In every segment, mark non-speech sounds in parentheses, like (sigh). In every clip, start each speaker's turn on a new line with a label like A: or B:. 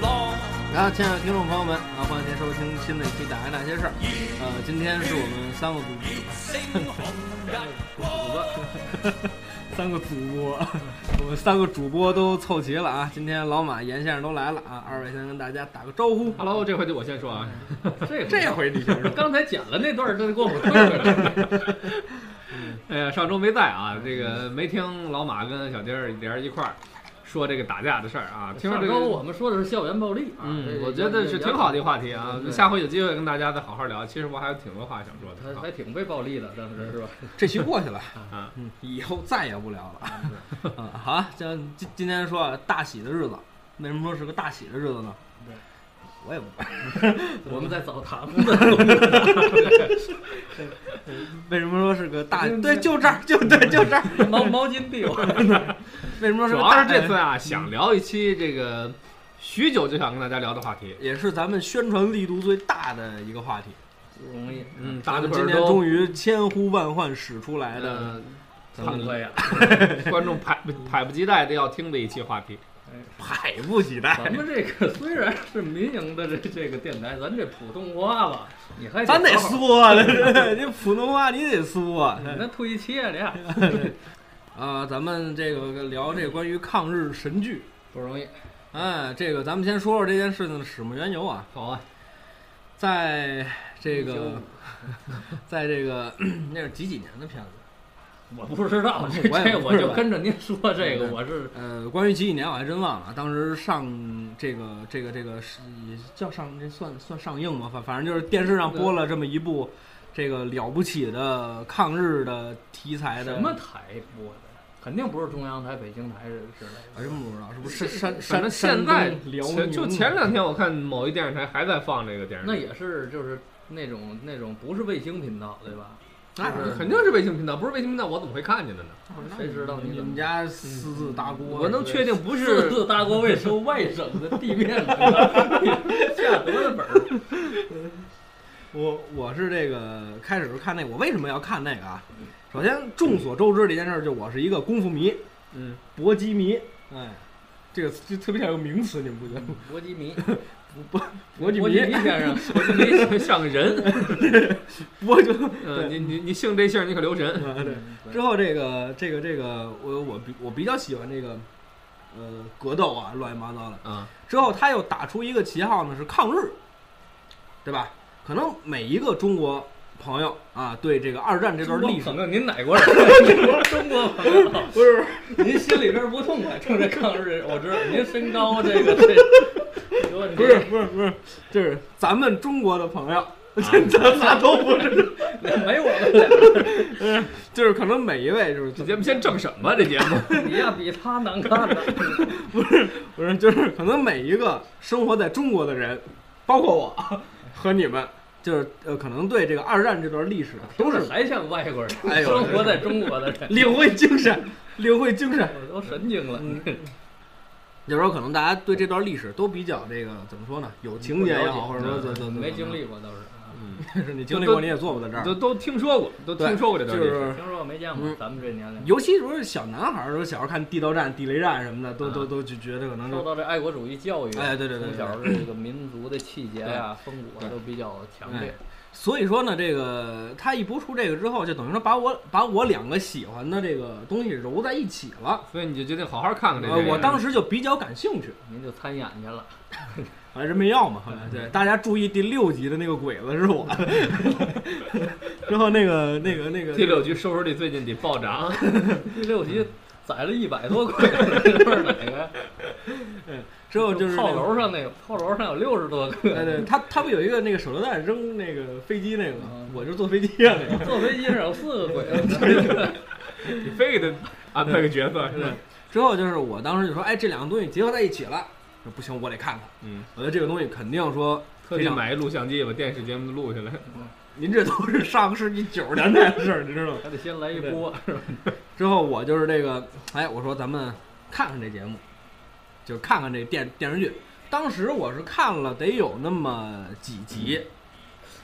A: 啊，亲爱的听众朋友们，啊，欢迎您收听新的一期《打开那些事儿》。呃，今天是我们三个主播，三个主播， (laughs) 我们三个主播都凑齐了啊！今天老马、严先生都来了啊，二位先跟大家打个招呼。
B: Hello，这回就我先说啊， (laughs) 这
A: 这回你先 (laughs) 说，
B: 刚才剪了那段儿，这给我们退回来 (laughs) 了。哎呀，上周没在啊，这个没听老马跟小丁儿俩人一块儿说这个打架的事儿啊。听说
C: 上
B: 这
C: 周
B: 个，
C: 我们说的是校园暴力啊，
B: 嗯，
C: 这
B: 我觉得是挺好的一个话题
C: 对
B: 啊
C: 对。对
B: 下回有机会跟大家再好好聊。其实我还有挺多话想说
C: 还
B: 的啊。
C: 还挺被暴力的，当
B: (laughs)
C: 时是吧？
A: 这期过去了
B: 啊，
A: 嗯以后再也不聊了。 (laughs) 啊，好啊，这今今天说啊大喜的日子，为什么说是个大喜的日子呢？
C: 对，
A: 我也不 (laughs)
C: 我们在澡堂子， (laughs)
A: 为什么说是个大？
C: 嗯
A: 对，就这儿，就对，就这儿。
C: 毛毛巾递
B: (laughs)
C: 我，
A: 为什么说是
B: 主
A: 个
B: 要
A: 大
B: 是这次啊，想聊一期这个许久就想跟大家聊的话题。
A: 也是咱们宣传力度最大的一个话题。
C: 不容易，
B: 嗯，
A: 咱
B: 大家
A: 们
B: 伙
A: 今
B: 儿
A: 天
B: 都
A: 终于千呼万唤使出来的，
C: 嗯
B: 呃
C: 惭
A: (laughs)
C: 愧
B: (laughs)
C: 啊！
B: 观众迫迫不及待的要听的一期话题。
A: 迫不及待。
C: 咱们这个虽然是民营的这这个电台，咱这普通话吧，你还
A: (laughs) 咱得
C: 得好好，
A: 说
B: (laughs)
A: 啊，这普通话你得说啊。
C: 你那退一切俩
A: 啊，咱们这个聊这关于抗日神剧。
C: 不容易。
A: 哎，这个咱们先说说这件事情的始末缘由啊。
B: 好啊，
A: 在这
C: 一九
A: 个
C: 五，
A: 在这个 (clears throat) 那是几几年的片子？
C: 我不知道，这
A: 我也
C: 这
A: 不
C: 我
A: 知
C: 就
A: 道
C: 跟着您说这
B: 嗯
C: 个，我是
A: 呃，关于几几年我还真忘了，当时上这个这个这个是也叫上这算算上映吗？反反正就是电视上播了这么一部这个了不起的抗日的题材的
C: 什么台播的？肯定不是中央台、北京台之类
A: 我
C: 的。
A: 真哎不知道是不是山
B: 反
A: 山
B: 正
A: 山
B: 现在
A: 东辽
B: 前
A: 宁
B: 就前两天我看某一电视台还在放这个电视剧，
C: 那也是就是那种那种不是卫星频道，对吧？
A: 那
C: 就是
B: 肯定是卫星频道，不是卫星频道我怎么会看见
A: (laughs)
B: 的呢？
C: 谁知道
A: 你
C: 你怎么
A: 们家私自大锅，
B: 嗯我能确定不
C: 四
B: 是
C: 次大国卫收外省的地面下多了本儿，
A: 我我是这个开始时候看那个，我为什么要看那个啊？首先，众所周知这件事儿，就我是一个功夫迷、
B: 嗯，
A: 搏击迷，哎，这个就特别像一个名词，你们不觉得吗？
C: 搏击迷，
A: 搏击
C: 搏击迷
A: 迷，
C: 先生，
B: 我就没像个人。
A: 搏就
B: (laughs)
A: 对
B: 嗯，你你你姓这姓儿，你可留神。
A: 啊对。之后这个这个这个，我我比我比较喜欢这个，呃，格斗啊，乱七八糟的。
B: 啊，
A: 之后他又打出一个旗号呢，是抗日，对吧？可能每一个中国朋友啊，对这个二战这段历史
C: 中国，朋友，您哪国人？中国朋友，啊
A: 不是
C: 您心里边不痛快，冲着抗日，我知道您身高这个这有问题。
A: 不是不是不是，就是咱们中国的朋
B: 啊
A: 友， (laughs) 咱仨都不是，
C: 没我们
A: 就是可能每一位就是
B: 这节目先正什么？这节
A: (laughs)
B: 目
C: 俩，你呀比他难看呢。
A: 不是就是可能每一个生活在中国的人，包括我和你们，就是呃可能对这个二战这段历史都
B: (laughs)
A: 是
C: 还像外国人，
A: 哎呦
C: 生活在中国的人，
A: 领会精神，领会精神。
C: 我都神经
A: 嗯
B: (laughs)
C: 了。
A: 有时候可能大家对这段历史都比较这个怎么说呢？有情节也好，或者
B: 嗯
A: 说怎怎怎
C: 没经，历过倒是啊。
A: 但是你经历过你也坐不在这
B: 都
A: 儿，
B: 都听说过，都听说过这
A: 就
B: 段历史。
A: 是。
C: 听说过没见过
A: 嗯，
C: 咱们这年龄。
A: 尤其是小男孩儿，说小时候看地道战、地雷战什么的，都
B: 嗯
A: 都都就觉得可能
C: 受
A: 就
C: 到这爱国主义教育，
A: 哎对对对对
C: 从小这个民族的气节呀、风骨啊都比较强烈。
A: 所以说呢，这个他一播出这个之后，就等于说把我把我两个喜欢的这个东西揉在一起了。
B: 所以你就决定好好看看这
A: 呃
B: 电，影。
A: 我当时就比较感兴趣，
C: 您就参演去了， (laughs)
A: 后来人没要嘛。后来
C: 嗯
A: 对大家注意第六集的那个鬼子是
C: (laughs)
A: 我，之后那个那个那个
B: 第六局收视率最近得暴涨
A: (laughs)
B: 啊。
C: 第六集宰了一百多块，这是哪个呀？
A: 之后就是那
C: 炮
A: 个
C: 楼上那个，炮楼上有六十多
A: 哎
C: 个，
A: 对，他他不有一个那个手榴弹扔那个飞机那个
C: 嗯，
A: 我就坐飞机啊那个。
C: 坐飞机上有四个
A: (laughs)
C: 鬼，
B: 你非给他安排个角 (laughs) 色是吧？
A: 之后就是我当时就说，哎，这两个东西结合在一起了，说不行，我得看看。
B: 嗯，
A: 我觉得这个东西肯定说，
B: 特地买一录像机把电视节目录下来。
A: 您这都是上个世纪九十年代的事儿，你知道吗？
C: 还得先来一波。
A: 之后我就是这个，哎，我说咱们看看这节目，就是看看这电电视剧。当时我是看了得有那么几集，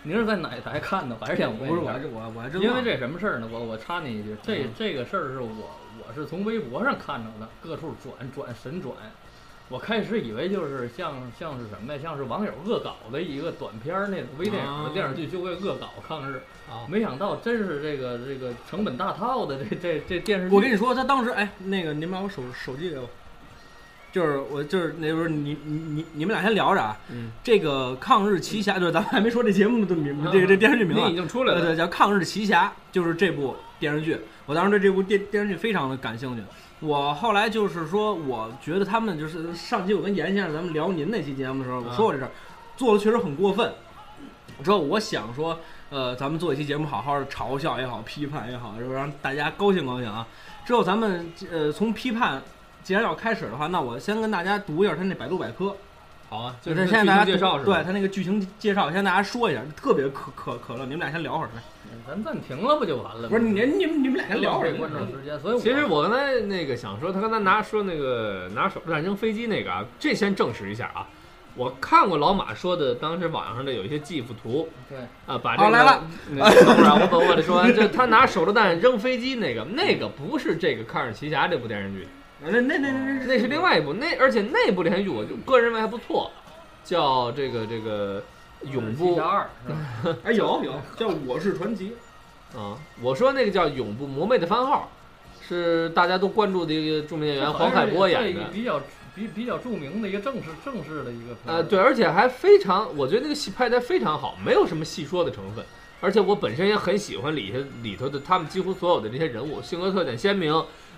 C: 您是在哪台看的？还是演
A: 不是我还
C: 还
A: 真我我还真
C: 嗯因为
A: 忘了
C: 这什么事儿呢？我我插你一句，
B: 嗯
C: 这这个事儿是我我是从微博上看着的，各处转转神转，我开始以为就是像像是什么呀，像是网友恶搞的一个短片儿那种微电影
A: 啊
C: 的电视剧就会恶搞抗日，
B: 啊，
C: 没想到真是这个这个成本大套的这这这电视剧。
A: 我跟你说，他当时哎，那个您把我手手机给我，就是我就是那不是你你你你们俩先聊着啊，
B: 嗯，
A: 这个抗日奇侠，就是咱们还没说这节目的名，这
C: 嗯
A: 个这电视剧名啊
B: 您已
A: 字，
B: 经出来
A: 对
B: 了，
A: 对，叫《抗日奇侠》，就是这部电视剧。我当时对这部电电视剧非常的感兴趣。我后来就是说，我觉得他们就是上期我跟严先生咱们聊您那期节目的时候，我说过这事儿，做的确实很过分。之后我想说，呃，咱们做一期节目，好好的嘲笑也好，批判也好，是不是让大家高兴高兴啊？之后咱们呃从批判。既然要开始的话，那我先跟大家读一下他那百度百科，
B: 好啊，
A: 就
B: 就是
A: 现在大家
B: 剧情介绍是吧？
A: 对他那个剧情介绍，先大家说一下，特别可可可乐。你们俩先聊会儿来。
C: 咱暂停了不就完了吗？
A: 不是你你们你们俩先聊
C: 浪
A: 会
C: 费
A: 儿，
C: 观众时间，所以
B: 其实我刚才那个想说，他刚才拿说那个拿手榴弹扔飞机那个啊，这先证实一下啊。我看过老马说的，当时网上的有一些 GIF 图
C: 对
B: 啊，把这
A: 哦
B: 个、
A: 好来了
B: 那等会儿啊我等我得说完，就他拿手榴弹扔飞机那个，那个不是这个《抗日奇侠》这部电视剧，
A: 那那那那
B: 那是另外一部，那而且那部电视剧我就个人认为还不错，叫这个这个永
C: 七
B: 不
C: 侠二
B: (laughs)
C: 是吧？
A: 哎有有叫《我是传奇》，
B: 啊，我说那个叫《永不磨灭的番号》，是大家都关注的一个著名演员黄海波演的
C: (laughs) 这。比较比比较著名的一个正式正式的一个片儿
B: 呃，对，而且还非常，我觉得那个戏拍得非常好，没有什么戏说的成分。而且我本身也很喜欢里头里头的他们几乎所有的这些人物，性格特点鲜明，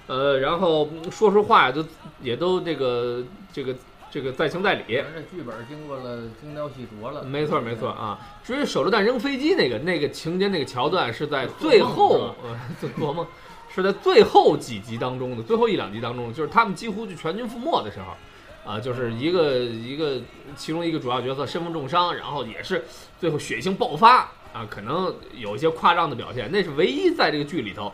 B: 呃，然后嗯说说话也都也都这个这个这个在情在理。
C: 反正这剧本经过了精雕细琢了，
B: 没错，没错啊。至于手榴弹扔飞机那个那个情节那个桥段，是在最后呃 (laughs) 做做梦，是在最后几集当中的最后一两集当中，就是他们几乎就全军覆没的时候，啊，就是一个一个其中一个主要角色身负重伤，然后也是最后血腥爆发啊，可能有一些夸张的表现，那是唯一在这个剧里头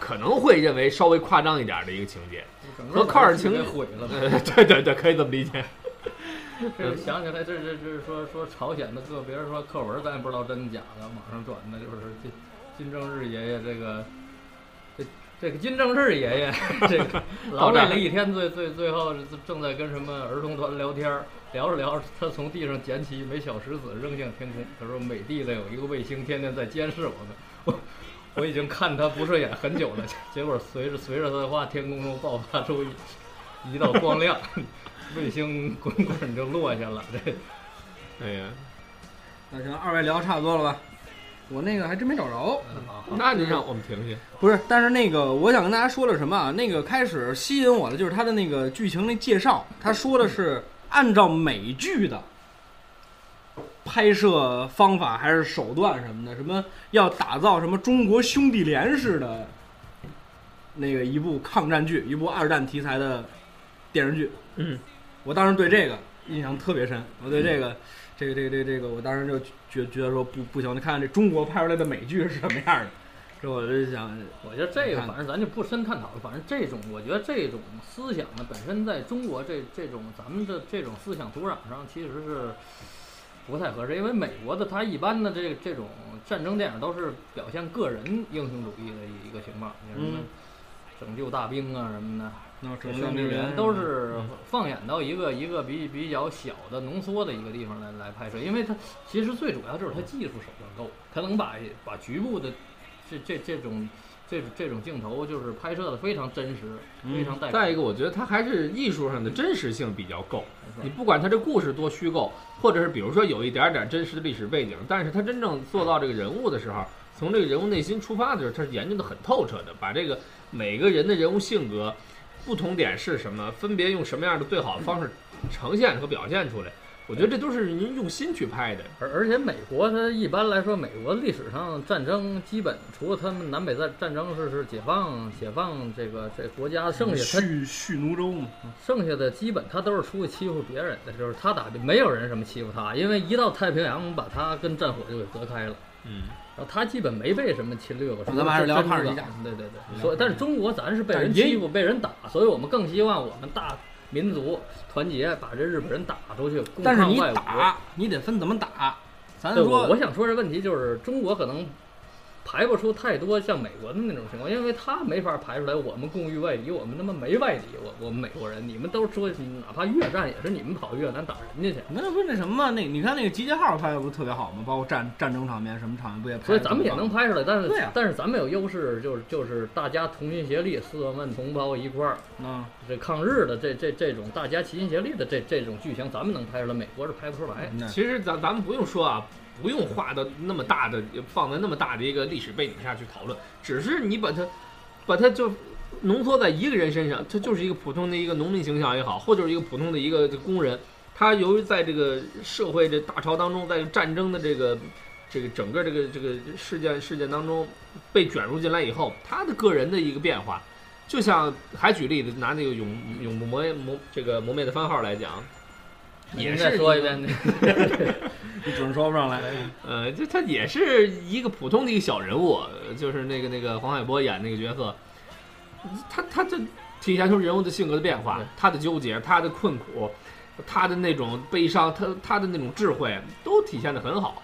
B: 可能会认为稍微夸张一点的一个情节。 (laughs)
C: 整个
B: 和卡尔
C: 把剧
B: 晴
C: 给毁了嘛。
B: 呃，对对对，可以这么理解。
C: 这想起来，这这这说说朝鲜的个别人说课文，咱也不知道真假的，网上转的就是金金正日爷爷这个，这这个金正日爷爷这个劳累了一天，最最最后正在跟什么儿童团聊天儿，聊着聊着，他从地上捡起一枚小石子扔向天空，他说美帝的有一个卫星天天在监视我们， (laughs) 我。我已经看他不顺眼很久了，结果随着随着他的话，天空中爆发出一一道光亮，卫星滚滚就落下了。这
B: 哎呀，
A: 那行，二位聊差不多了吧？我那个还真没找着，
B: 那就让我们停下。
A: 不是，但是那个我想跟大家说的什么啊？那个开始吸引我的就是他的那个剧情那介绍，他说的是按照美剧的 (laughs) 拍摄方法还是手段什么的，什么要打造什么中国兄弟连似的，那个一部抗战剧，一部二战题材的电视剧。
B: 嗯，
A: 我当时对这个印象特别深，我对这个。这个这个这个这个，我当时就觉觉得说不不行，你看看这中国拍出来的美剧是什么样的，这我就想
C: 我觉得这个反正咱就不深探讨了。反正这种，我觉得这种思想呢，本身在中国这这种咱们这这种思想土壤上其实是不太合适，因为美国的它一般的这这种战争电影都是表现个人英雄主义的一个形貌，像什么
A: 嗯
C: 拯救大兵啊什么的。
A: 那整
C: 兄弟人嗯都
A: 嗯
C: 是放眼到一个一个比比较小的浓缩的一个地方来来拍摄，因为它其实最主要就是它技术手段够，它能把把局部的这这这种这这种镜头就是拍摄的非常真实，
A: 嗯
C: 非常带感。
B: 再一个，我觉得它还是艺术上的真实性比较够。
C: 没
B: 你
C: 错
B: 不管它这故事多虚构，或者是比如说有一点点真实的历史背景，但是它真正做到这个人物的时候，从这个人物内心出发的时候，它是研究的很透彻的，把这个每个人的人物性格、不同点是什么，分别用什么样的最好的方式呈现和表现出来。我觉得这都是您用心去拍的。
C: 而而且美国它一般来说，美国历史上战争基本除了他们南北战战争是是解放解放这个这国家，剩下它
A: 蓄蓄奴州嘛，
C: 剩下的基本他都是出去欺负别人的，就是他打的没有人什么欺负他，因为一到太平洋把他跟战火就给隔开了，
B: 嗯，
C: 然后他基本没被什么侵略过。
A: 咱们还是聊抗日一下
C: 对对对。
A: 聊
C: 所以，但是中国咱是被
A: 但
C: 人
A: 也
C: 欺负、被人打，所以我们更希望我们大民族团结，把这日本人打出去，共
A: 但是
C: 抗
A: 你
C: 外国。
A: 打，你得分怎么打。咱
C: 对，我
A: 说
C: 我想说这问题就是中国可能。排不出太多像美国的那种情况，因为他没法排出来。我们共御外敌，我们他妈没外敌，我我们美国人，你们都说哪怕越战也是你们跑越南打人家去，
A: 那不是那什么吗？那你看那个集结号拍的不是特别好吗？包括战战争场面什么场面不也拍？
C: 所以咱们也能。拍出来。但是、
A: 对啊
C: 但是咱们有优势，就是就是大家同心协力，四万同胞一块儿，
A: 嗯，
C: 这抗日的这这这种大家齐心协力的这这种剧情，咱们能拍出来，美国是拍不出来。
A: 那
B: 其实咱咱们不用说啊，不用画的那么大的，放在那么大的一个历史背景下去讨论，只是你把它，把它就浓缩在一个人身上，他就是一个普通的一个农民形象也好，或者是一个普通的一个工人，他由于在这个社会的大潮当中，在战争的这个。这个整个这个这个事件事件当中被卷入进来以后，他的个人的一个变化，就像还举例子拿那个永永不磨磨这个磨灭的番号来讲，也
C: 您
B: 是
C: 再说一遍，
A: 你准说不上来。
B: 呃，就他也是一个普通的一个小人物，呃就是那个那个黄海波演那个角色，他他这体现出人物的性格的变化
C: 对，
B: 他的纠结，他的困苦，他的那种悲伤，他他的那种智慧，都体现的很好，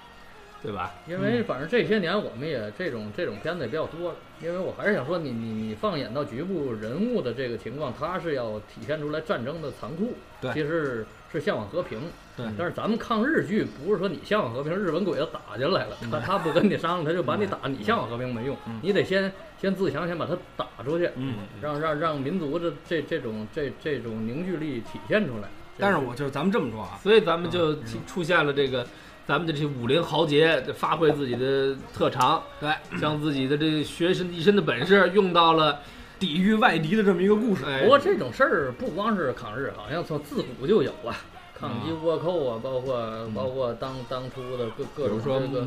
B: 对吧？
C: 因为反正这些年我们也这种这种片子也比较多了，因为我还是想说你，你你放眼到局部人物的这个情况，他是要体现出来战争的残酷，
A: 对
C: 其实是向往和平，
A: 对
C: 嗯但是咱们抗日剧不是说你向往和平，日本鬼子打进来了，他他不跟你商量，他就把你打，你向往和平没用
A: 嗯，
C: 你得先先自强，先把他打出去，
A: 嗯，
C: 让让让民族的这这种这这种凝聚力体现出来。
A: 但是我就是咱们这么说啊，
B: 所以咱们就提出现了这个，咱们的这些武林豪杰发挥自己的特长，
A: 对，
B: 将自己的这学身一身的本事用到了，
A: 抵御外敌的这么一个故事。
B: 哎
C: 不，过这种事儿不光是抗日，好像从自古就有啊，抗击倭寇啊，包
A: 嗯
C: 括包括当当初的各
B: 比
C: 各
B: 如
C: 种
B: 说
C: 这个。哎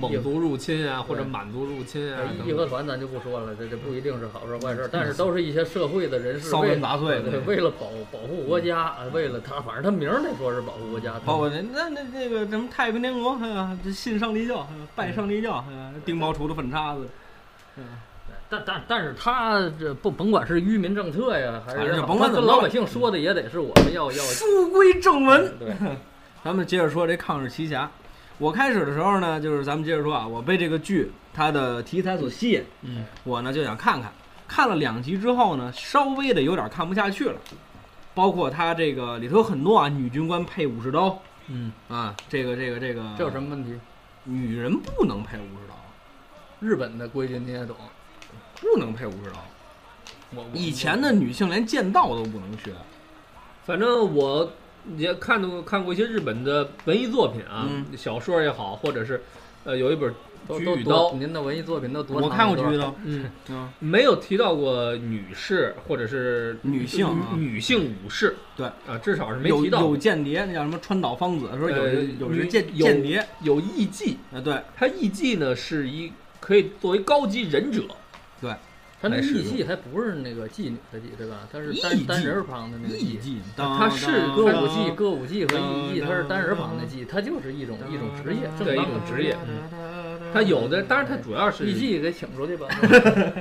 B: 蒙族入侵啊，或者满族入侵啊，等
A: 嗯
C: 义
B: 等
C: 和团咱就不说了，这这不一定是好事儿坏事儿，但是都是一些社会的人士
A: 骚
C: 为
A: 人杂碎
C: 对，
A: 的嗯
C: 为了保保护国家，为了他，反正他名儿得说是保护国家，
A: 包括那那那那个什么太平天国，哎呀，这信上帝教，哎呀拜上帝教，哎呀，钉包杵的粉叉子，
C: 但但但是他这不甭管是愚民政策呀，还
A: 反正
C: 是
A: 就甭管怎
C: 他跟
A: 么
C: 老
A: 着
C: 百
A: 吧
C: 姓说的也得是我们要要
A: 书归正文。 (laughs)
C: 对，
A: 咱们接着说这抗日奇侠。我开始的时候呢，就是咱们接着说啊，我被这个剧它的题材所吸引，
B: 嗯，
A: 我呢就想看看。看了两集之后呢，稍微的有点看不下去了，包括它这个里头有很多啊，女军官配武士刀
B: 嗯，
A: 啊，这个这个这个，
C: 这有什么问
A: 啊
C: 题？
A: 女人不能配武士刀，
C: 日本的规矩你也懂，
A: 不能配武士刀。
C: 我我
A: 以前的女性连剑道都不能学，
B: 反正我也看到过看过一些日本的文艺作品啊，
A: 嗯
B: 小说也好，或者是呃有一本
C: 都
B: 《
C: 都
B: 菊与刀
C: 多，》，您的文艺作品都多
A: 我
C: 长
A: 看过
C: 一段
A: 菊与刀，
B: 嗯，
A: 嗯，
B: 没有提到过女士或者是
A: 女性啊
B: 女女性武士，
A: 对
B: 啊，至少是没
A: 有
B: 提到
A: 有
B: 过
A: 间谍，那叫什么川岛芳子说有
B: 呃
A: 一有
B: 女
A: 是间
B: 有
A: 间谍
B: 有艺妓，
A: 啊，对，
B: 它艺妓呢是一可以作为高级忍者，
C: 他那
B: 来使
C: 义
B: 用
C: 气还不是那个妓女的妓，对吧？他是
A: 艺
C: 单
A: 妓
C: 单人旁的那个
A: 艺
C: 妓，
A: 伎，
B: 它是
A: 当
B: 歌
C: 歌舞伎、
A: 当
C: 歌舞伎和艺
A: 当
C: 妓，他是单人旁的妓，他就是一种一种职业，正
B: 对一
C: 当
B: 种
C: 的
B: 职业
A: 嗯
B: 它有的，当然它主要是
C: 艺妓给请出去吧。
A: (laughs)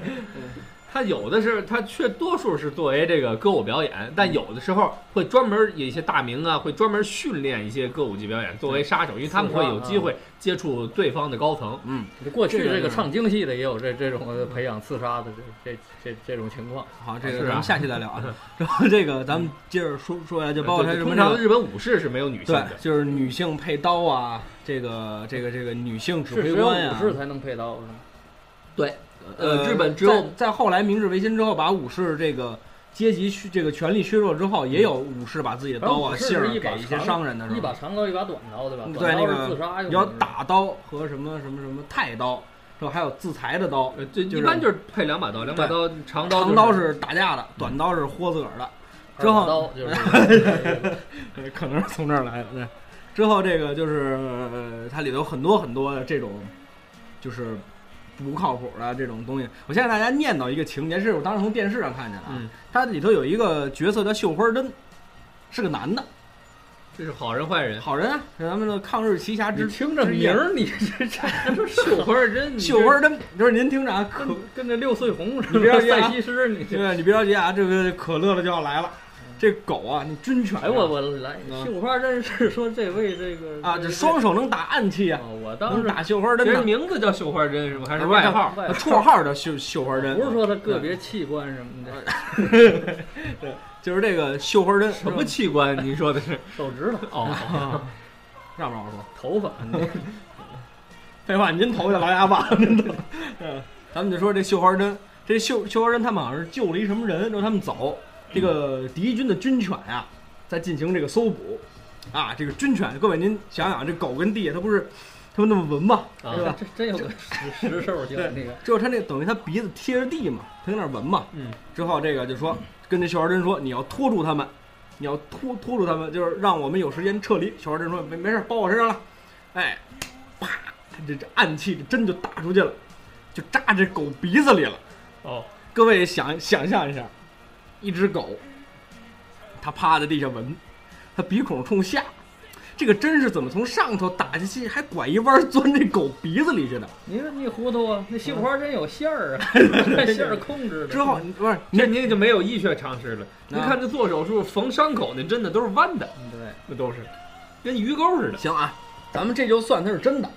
B: 它有的是，它却多数是作为这个歌舞表演，但有的时候会专门有一些大名啊，会专门训练一些歌舞伎表演作为杀手，因为他们会有机
A: 啊
B: 会接触对方的高层。
A: 嗯，
C: 过去
A: 这个
C: 这个
A: 是
C: 唱京戏的也有这这种呃培养刺杀的这这这这种情况。
A: 好，这
B: 是
A: 个
B: 啊
A: 咱们下期再聊啊。
B: (laughs)
A: 然后这个咱们接着说说下去，包括它
B: 呃对
A: 什么
B: 通
A: 这
B: 常
A: 个
B: 日本武士是没有女性
A: 对
B: 的，，
A: 就是女性配刀啊，这个这个这个女性指
C: 是
A: 挥
C: 只有
A: 官啊呀
C: 武、士才能配刀，是啊吗？
B: 呃，日本只有
A: 在在后来明治维新之后，把武士这个阶级削这个权力削弱之后，也有武士把自己的刀
C: 反正
A: 啊
C: 武士
A: 信儿
C: 是一把
A: 给一些
C: 长
A: 商人的时
C: 一把
A: 候，
C: 长刀，一把短刀，对吧？
A: 对
C: 短刀
A: 那个
C: 是刺杀用的，
A: 有打刀和什么什么什么太刀，然后还有自裁的刀，
B: 呃，这
A: 就
B: 一
A: 是
B: 般就是配两把刀，两把刀长刀、
A: 长刀是
B: 是
A: 打架的，短刀是豁自个儿的。
C: 二
A: 之后
C: 把嗯刀就是
A: (laughs) 对，可能是从这儿来的。对，之后这个就是、呃、它里头有很多很多的这种，就是不靠谱的这种东西。我先给大家念叨一个情节，是我当时从电视上看见的啊。
B: 嗯，
A: 它里头有一个角色叫绣花针，是个男的，
B: 这是好人坏人。
A: 好人啊，是咱们的抗日奇侠
C: 你
A: 之
C: 听着名儿，你
B: (laughs)
C: 这这
B: 绣花针，
A: 绣花针。就是您听着啊，可
C: 嗯
A: (laughs)
C: 跟跟那六岁红似
A: 你别着
C: 的
A: 急啊
C: 赛西施，你
A: 这
C: 这
A: 个你别着急啊，这个可乐的就要来了。这狗啊，你军犬啊、
C: 哎，我我来
A: 嗯
C: 绣花针是说这位这个
A: 啊，这双手能打暗器
C: 啊
A: 啊，，
C: 我当
A: 能
C: 时
A: 打绣花针
B: 这
A: 的，
B: 名字叫绣花针是吧？还是
A: 啊
B: 外号？
C: 外
A: 啊绰号叫绣绣花针，
C: 不是
B: 嗯
C: 说他个别器官什么的，
A: 啊就是这个绣花针
B: 什么器官？您说的是？
C: 手指头、
B: (laughs)
A: (laughs)
B: 哦，
A: 啊？让不让我说？
C: 头
B: (laughs)
C: 发，
A: 废话，您头下狼牙棒，您头。嗯，咱们就说这绣花针，这绣绣花针他们好像是救了一什么人，让他们走。这
B: 嗯
A: 个敌军的军犬啊，在进行这个搜捕，啊，这个军犬，各位您想想，这狗跟地它不是它们那么闻吗？
B: 啊
A: 是吧？
C: 这真有个
B: (laughs)
C: 石石兽性那个，
A: 只有它那等于它鼻子贴着地嘛，它在那儿闻嘛。
B: 嗯。
A: 之后这个就说跟这绣花针说，你要拖住他们，你要拖拖住他们，就是让我们有时间撤离。绣花针说没没事，包我身上了。哎，啪，这这暗器这针就打出去了，就扎这狗鼻子里了。
B: 哦，
A: 各位想想象一下，一只狗，它趴在地下闻，它鼻孔冲下，这个针是怎么从上头打进去，还拐一弯钻这狗鼻子里去的？
C: 你说你糊涂啊？那
B: 嗯
C: 绣花针有馅
B: (laughs)
C: 儿啊，馅儿控制的。嗯
A: 之后你不是
B: 这
A: 你
B: 您就没有医学常识了。您看这做手术缝伤口那针的都是弯的，
C: 对，
B: 那都是跟鱼钩似的。
A: 行啊，咱们这就算它是真的，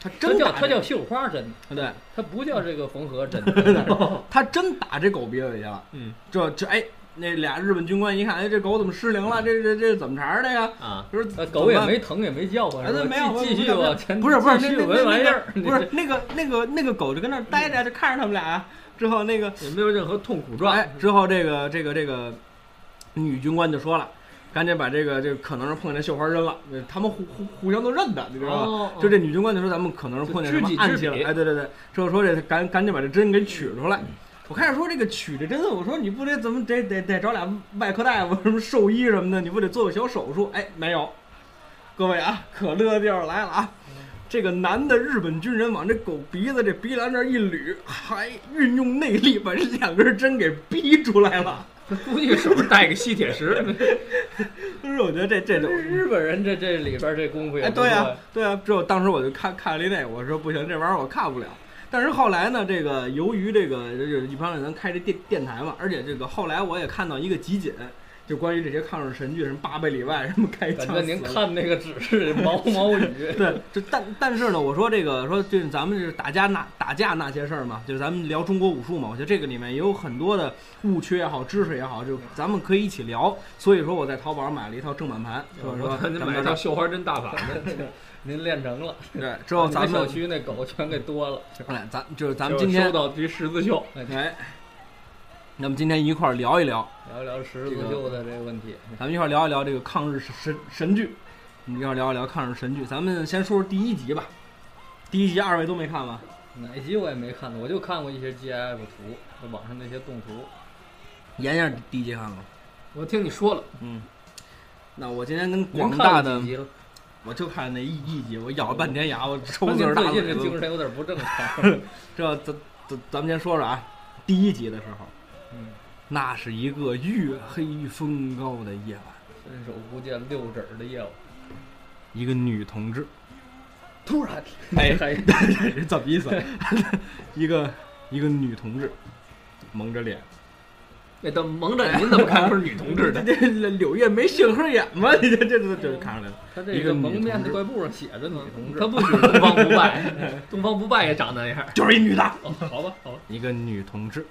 A: 它
C: 它
A: 真
C: 叫
A: 打
C: 它
A: 这
C: 叫绣花针，
A: 对，
C: 它不叫这个缝合针。
A: (laughs) 他真打这狗鼻子里去了。
B: 嗯
A: 这这哎，那俩日本军官一看，哎，这狗怎么失灵了？这这这怎么茬儿的呀？
B: 啊，
A: 就是
C: 呃狗也没疼也没叫唤，
A: 哎那
C: 是吧
A: 没有
C: 继继续
A: 我我
C: 往前，
A: 不是不是
C: 继续
A: 那
C: 闻
A: 那
C: 玩意
A: 那
C: 儿，
A: 不
C: (laughs)
A: 是那个那个那个狗就跟那儿待着，就看着他们俩。啊之后那个
B: 也没有任何痛苦状。
A: 哎，
C: 嗯
A: 之后这个这个这个女军官就说了，赶紧把这个这个可能是碰见绣花针了，呃他们互互互相都认得，你知道吧？
B: 哦，
A: 就这女军官就说咱们可能是碰见什么暗器了
B: 就知己知彼，嗯
A: 哎，对对对，之后说这赶赶紧把这针给取出来。我开始说这个取这针，我说你不得怎么得得得找俩外科大夫什么兽医什么的，你不得做个小手术？哎，没有，各位啊，可乐的地儿来了啊！
B: 嗯
A: 这个男的日本军人往这狗鼻子这鼻梁这儿一捋，还运用内力把这两根针给逼出来了。 (laughs)
B: 估计手上带个吸铁石。
A: 就是我觉得这这就
C: 日本人这这里边这功夫也
A: 哎，
C: 不错
A: 对啊，对啊，之后当时我就看看了一那，我说不行，这玩意儿我看不了。但是后来呢，这个由于这个就是一帮人开这电电台嘛，而且这个后来我也看到一个集锦，就关于这些抗日神剧，什么八倍里外，什么开
C: 感
A: 枪
C: 觉
A: 死
C: 您
A: 了，
C: 看那个只是毛毛雨 (laughs)
A: 对，就但但是呢，我说这个说就是咱们就是打架那打架那些事儿嘛，就是咱们聊中国武术嘛，我觉得这个里面也有很多的误区也好，知识也好，就咱们可以一起聊。所以说我在淘宝上买了一套正版盘，是吧？
C: 哦
A: 是吧
B: 我你
A: 咱们到这
B: 买一套
A: 儿
B: 绣花针大法，
C: 您练成了，
A: 对，之后
C: 你们
A: 咱
C: 小
A: 们
C: 区那狗全给
A: (laughs)
C: 多了。
A: 哎，咱就是咱们今天
B: 收到一十字绣。
A: 哎，那么今天一块儿聊一聊，
C: 聊一聊十字绣的这个问题，
A: 咱们一块儿聊一聊这个抗日神神剧，我们一块儿聊一聊抗日神剧。咱们先说说第一集吧，第一集二位都没看吧？
C: 哪一集我也没看过，我就看过一些 GIF 图，就网上那些动图。
A: 妍妍第一集看过，
B: 我听你说了，
A: 嗯。那我今天跟
C: 您
A: 广
C: 看
A: 大
C: 了
A: 的
C: 几，集了
A: 我就看那一一集，我咬了半天牙，我抽
C: 关
A: 嘴
C: 键
A: 儿大
C: 最近
A: 嘴
C: 这精
A: 子。
C: 神有点不
A: (laughs)
C: 正常。
A: 这咱咱咱们先说说啊，第一集的时候，
C: 嗯，
A: 那是一个月黑风高的夜晚，
C: 伸手不见六指儿的夜晚，
A: 一个女同志，
C: 突然，
A: 哎
C: 还
A: (laughs) 这怎么意思？一个一个女同志蒙着脸，
B: 那等蒙着您怎么看出是女同志的？
A: (laughs) 这这柳叶没杏核眼吗？ (laughs) 你这这这这看出来了。
C: (laughs) 他
A: 一
C: 这
A: 个
C: 个
A: 女
C: 蒙面
A: 同志
C: 的怪布上写着女同志
B: 他。不许东方不 (laughs) 败，东方不败也长那样。
A: 就是一女的，
C: (laughs) 哦，好吧，好吧，
A: 一个女同志，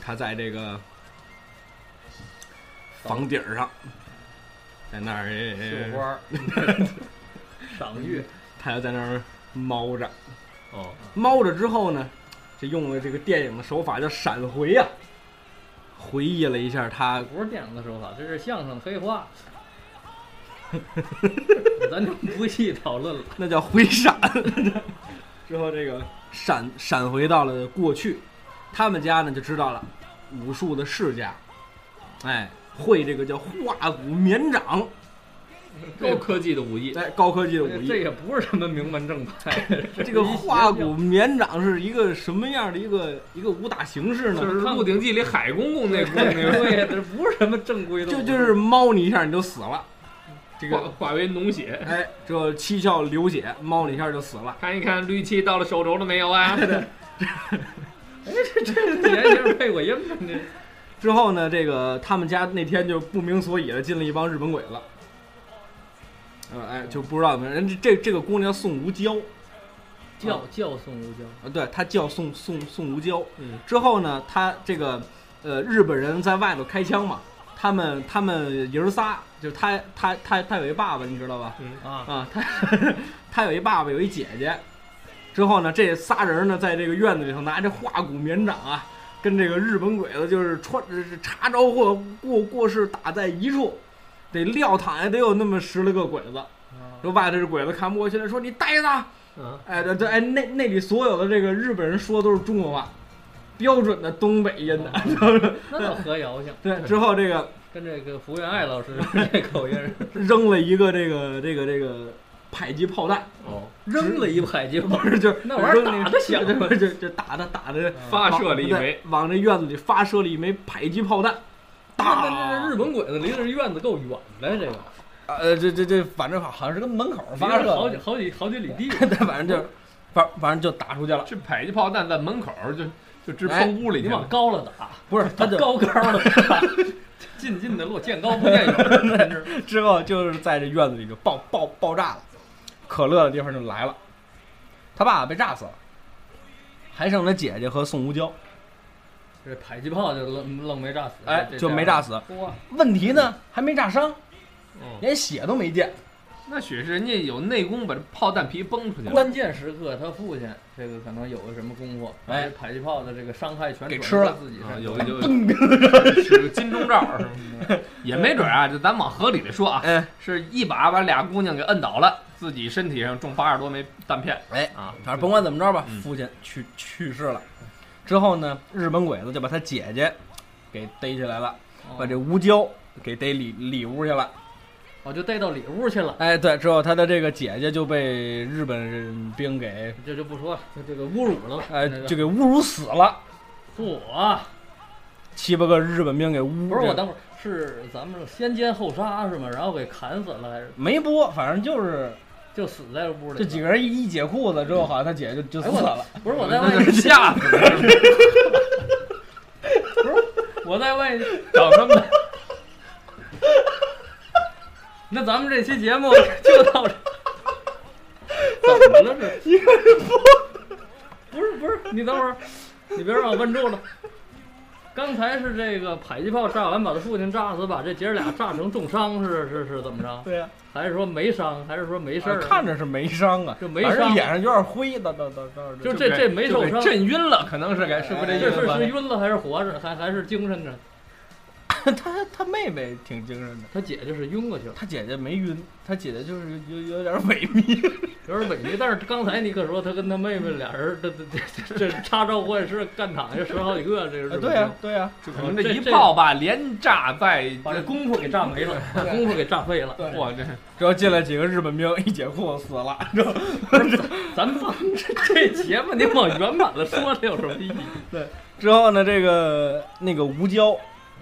A: 她在这个房顶上，在那儿
B: 嗯
C: 绣花，儿，
B: (laughs)
C: 赏月，
A: 她就在那儿猫着，
B: 哦，
A: 猫着之后呢，这用了这个电影的手法叫闪回呀、回忆了一下她
C: 不是电影的手法，这是相声
B: (laughs)
C: 黑话。咱就不细讨论
B: (laughs)
C: 了。
A: 那叫回闪。 (laughs) 之后这个闪闪回到了过去，他们家呢就知道了武术的世家，哎，会这个叫化骨绵掌，
B: 高科技的武艺，
A: 哎，高科技的武
C: 这
A: 艺。
C: 也不是什么名
B: (laughs)
C: 门正派，
A: 这个化骨绵掌是一个什么样的一个一个武打形式
B: 就
A: 呢？
B: 是《鹿鼎记》里海公公那公那个
C: (laughs) 对呀，这不是什么正规的武
A: 就
C: 术，
A: 就是猫你一下你就死了，这 (laughs)
B: 化
A: 个
B: 化为脓血。
A: 哎，这七窍流血，猫你一下就死了。
B: 看一看绿气到了手 (laughs) 肘了没有啊？
C: 哎，这这这年轻人配过音吗？这
D: 之后呢，这个他们家那天就不明所以的进了一帮日本鬼子，呃，哎，就不知道怎么人这这这个姑娘宋无娇，
C: 叫叫宋无娇，
D: 啊，对，她叫宋宋宋无娇。
B: 嗯，
D: 之后呢，她这个呃日本人在外头开枪嘛，他们他们爷儿仨，就是他他他他有一爸爸，你知道吧？
B: 嗯
C: 啊，
D: 啊，他他有一爸爸，有一姐姐。之后呢，这仨人呢，在这个院子里头拿这化骨绵掌啊，跟这个日本鬼子就是穿是插招或过过世打在一处，得撂躺下得有那么十来个鬼
C: 啊
D: 子。说外头这鬼子看不过去了，说你呆子，
B: 嗯，
D: 哎，对对，哎，那那里所有的这个日本人说的都是中国话，标准的东北音的。
C: 那倒合谣性，
D: (laughs) 对，之后这个
C: 跟这个福原爱老师这口音
B: (laughs)
C: 儿
D: 扔了一个这个这个这个迫击炮弹，
C: 哦，扔了一迫击炮
D: 不，是就是
C: 那玩意儿打得
D: (laughs)
C: 响 (laughs)
D: 就就就打的打的，
C: 啊
B: 发射了一枚，
D: 往这院子里发射了一枚迫击炮弹，
C: 那这
D: 打
C: 日本鬼子离这院子够远的，这个
A: 呃，这这这，反正好像是跟门口发
C: 离
A: 射
C: 着好
A: 的
C: 几，
A: (laughs)
C: 好几好几里地，
A: 对，反正就是，反反正就打出去了。
B: 这迫击炮弹在门口儿就就直
A: 哎
B: 喷屋里
C: 你
B: 去
C: 往
B: 了。
C: 高了打，
A: 不是，他就
C: 高
A: (laughs)
C: 高的打，近近的落，见高不见远，真是
A: 之后就是在这院子里就爆爆爆炸了，可乐的地方就来了，他爸爸被炸死了，还剩他姐姐和宋无娇，
C: 这迫击炮就愣愣没炸死，
A: 哎，
C: 这
A: 就没炸死。
C: 嚯，
A: 问题呢，还没炸伤，
B: 嗯，
A: 连血都没见。
B: 那许是人家有内功，把这炮弹皮崩出去了。
C: 关键时刻他父亲这个可能有个什么功夫，把
A: 哎
C: 这迫击炮的这个伤害全
A: 给
C: 转移
A: 吃
C: 到
A: 了
C: 自己
B: 啊，
C: 身
B: 有
C: 上，
B: 有是个金钟罩儿，是吧也没准儿啊。就咱往合理的说啊，
A: 哎
B: 是一把把俩姑娘给摁倒了，自己身体上中八十多枚弹片
A: 哎，
B: 啊。
A: 反正甭管怎么着吧
B: 嗯，
A: 父亲去去世了。之后呢，日本鬼子就把他姐姐给逮起来了，
C: 哦
A: 把这无娇给逮里里屋去了。
C: 我哦就带到里屋去了，
A: 哎，对，之后他的这个姐姐就被日本兵给
C: 这就不说了，这这个侮辱了，
A: 哎
C: 那个
A: 就给侮辱死了。
C: 嚯，
A: 七八个日本兵给污，
C: 不是我等会儿是咱们先奸后杀是吗？然后给砍死了还是
A: 没播，反正就是
C: 就死在屋里了？
A: 这几个人一一解裤子之后，好像他姐就就死
C: 哎我
A: 了。
C: 不是我在外
B: 那就是吓死了，是吧
C: 我在外，
B: 找他们
C: 那咱们这期节目就到这。怎么了这？一个人播，不是不是，你等会儿，你别让我问住了。刚才是这个迫击炮炸完，把他父亲炸死，把这姐儿俩炸成重伤，是是是怎么着？
A: 对呀、
C: 还是说没伤？还是说没事儿？
A: 啊看着是没伤啊，
C: 就没
A: 反正
C: 伤
A: 脸上有点灰，到到到到
C: 就
B: 就
C: 这
B: 给
C: 这没受
B: 就给
C: 伤，
B: 震晕了，可能是该是
A: 哎
B: 不是这意
C: 这
B: 思
C: 是
B: 吧？
C: 是晕了还是活着，还还是精神着？
A: (laughs) 他他妹妹挺精神的，
C: 他姐姐是晕过去了，
A: 他姐姐没晕，他姐姐就是有有点萎 (laughs) 靡。
C: 有点萎靡。但是刚才你可说他跟他妹妹俩人，这这这这这插招换式干躺下十好几个，这个是
A: 啊对呀、对呀、
B: 就可能这
C: 这
B: 一
C: 这
B: 炮吧，连炸带
C: 把这功夫给炸没了，把功夫给炸废了。
A: 对
B: 哇，这是
A: 之后进来几个日本兵，一解裤子死了。 (laughs)
C: 咱们这这节目你往圆满了说，这有什么意义？
A: 之后呢，这个那个吴娇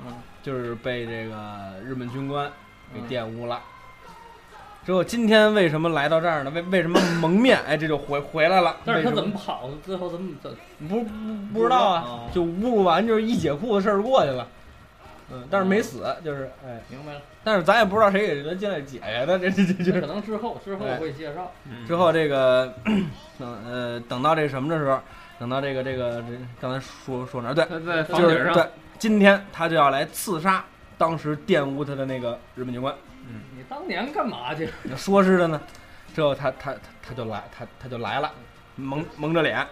C: 嗯，
A: 就是被这个日本军官给玷污了。之后今天为什么来到这儿呢？为为什么蒙面？哎，这就回回来了。
C: 但是他
A: 为什
C: 怎么跑的？最后怎么怎
A: 不不不知道啊？
C: 哦
A: 就侮辱完就是一解裤子事儿过去了。嗯，但是没死，就是哎，
C: 明白了？
A: 但是咱也不知道谁给他进来解开的，这这这这
C: 可能之后之后
A: 哎
C: 会介绍。
A: 之后这个等呃等到这什么的时候，等到这个这个这刚才说说哪儿对，
B: 他在房
A: 就
B: 顶
A: 是
B: 上
A: 对，今天他就要来刺杀当时玷污他的那个日本军官，
C: 你当年干嘛去？
A: 说是的呢，之后他他他他就来他他就来了，蒙蒙着脸，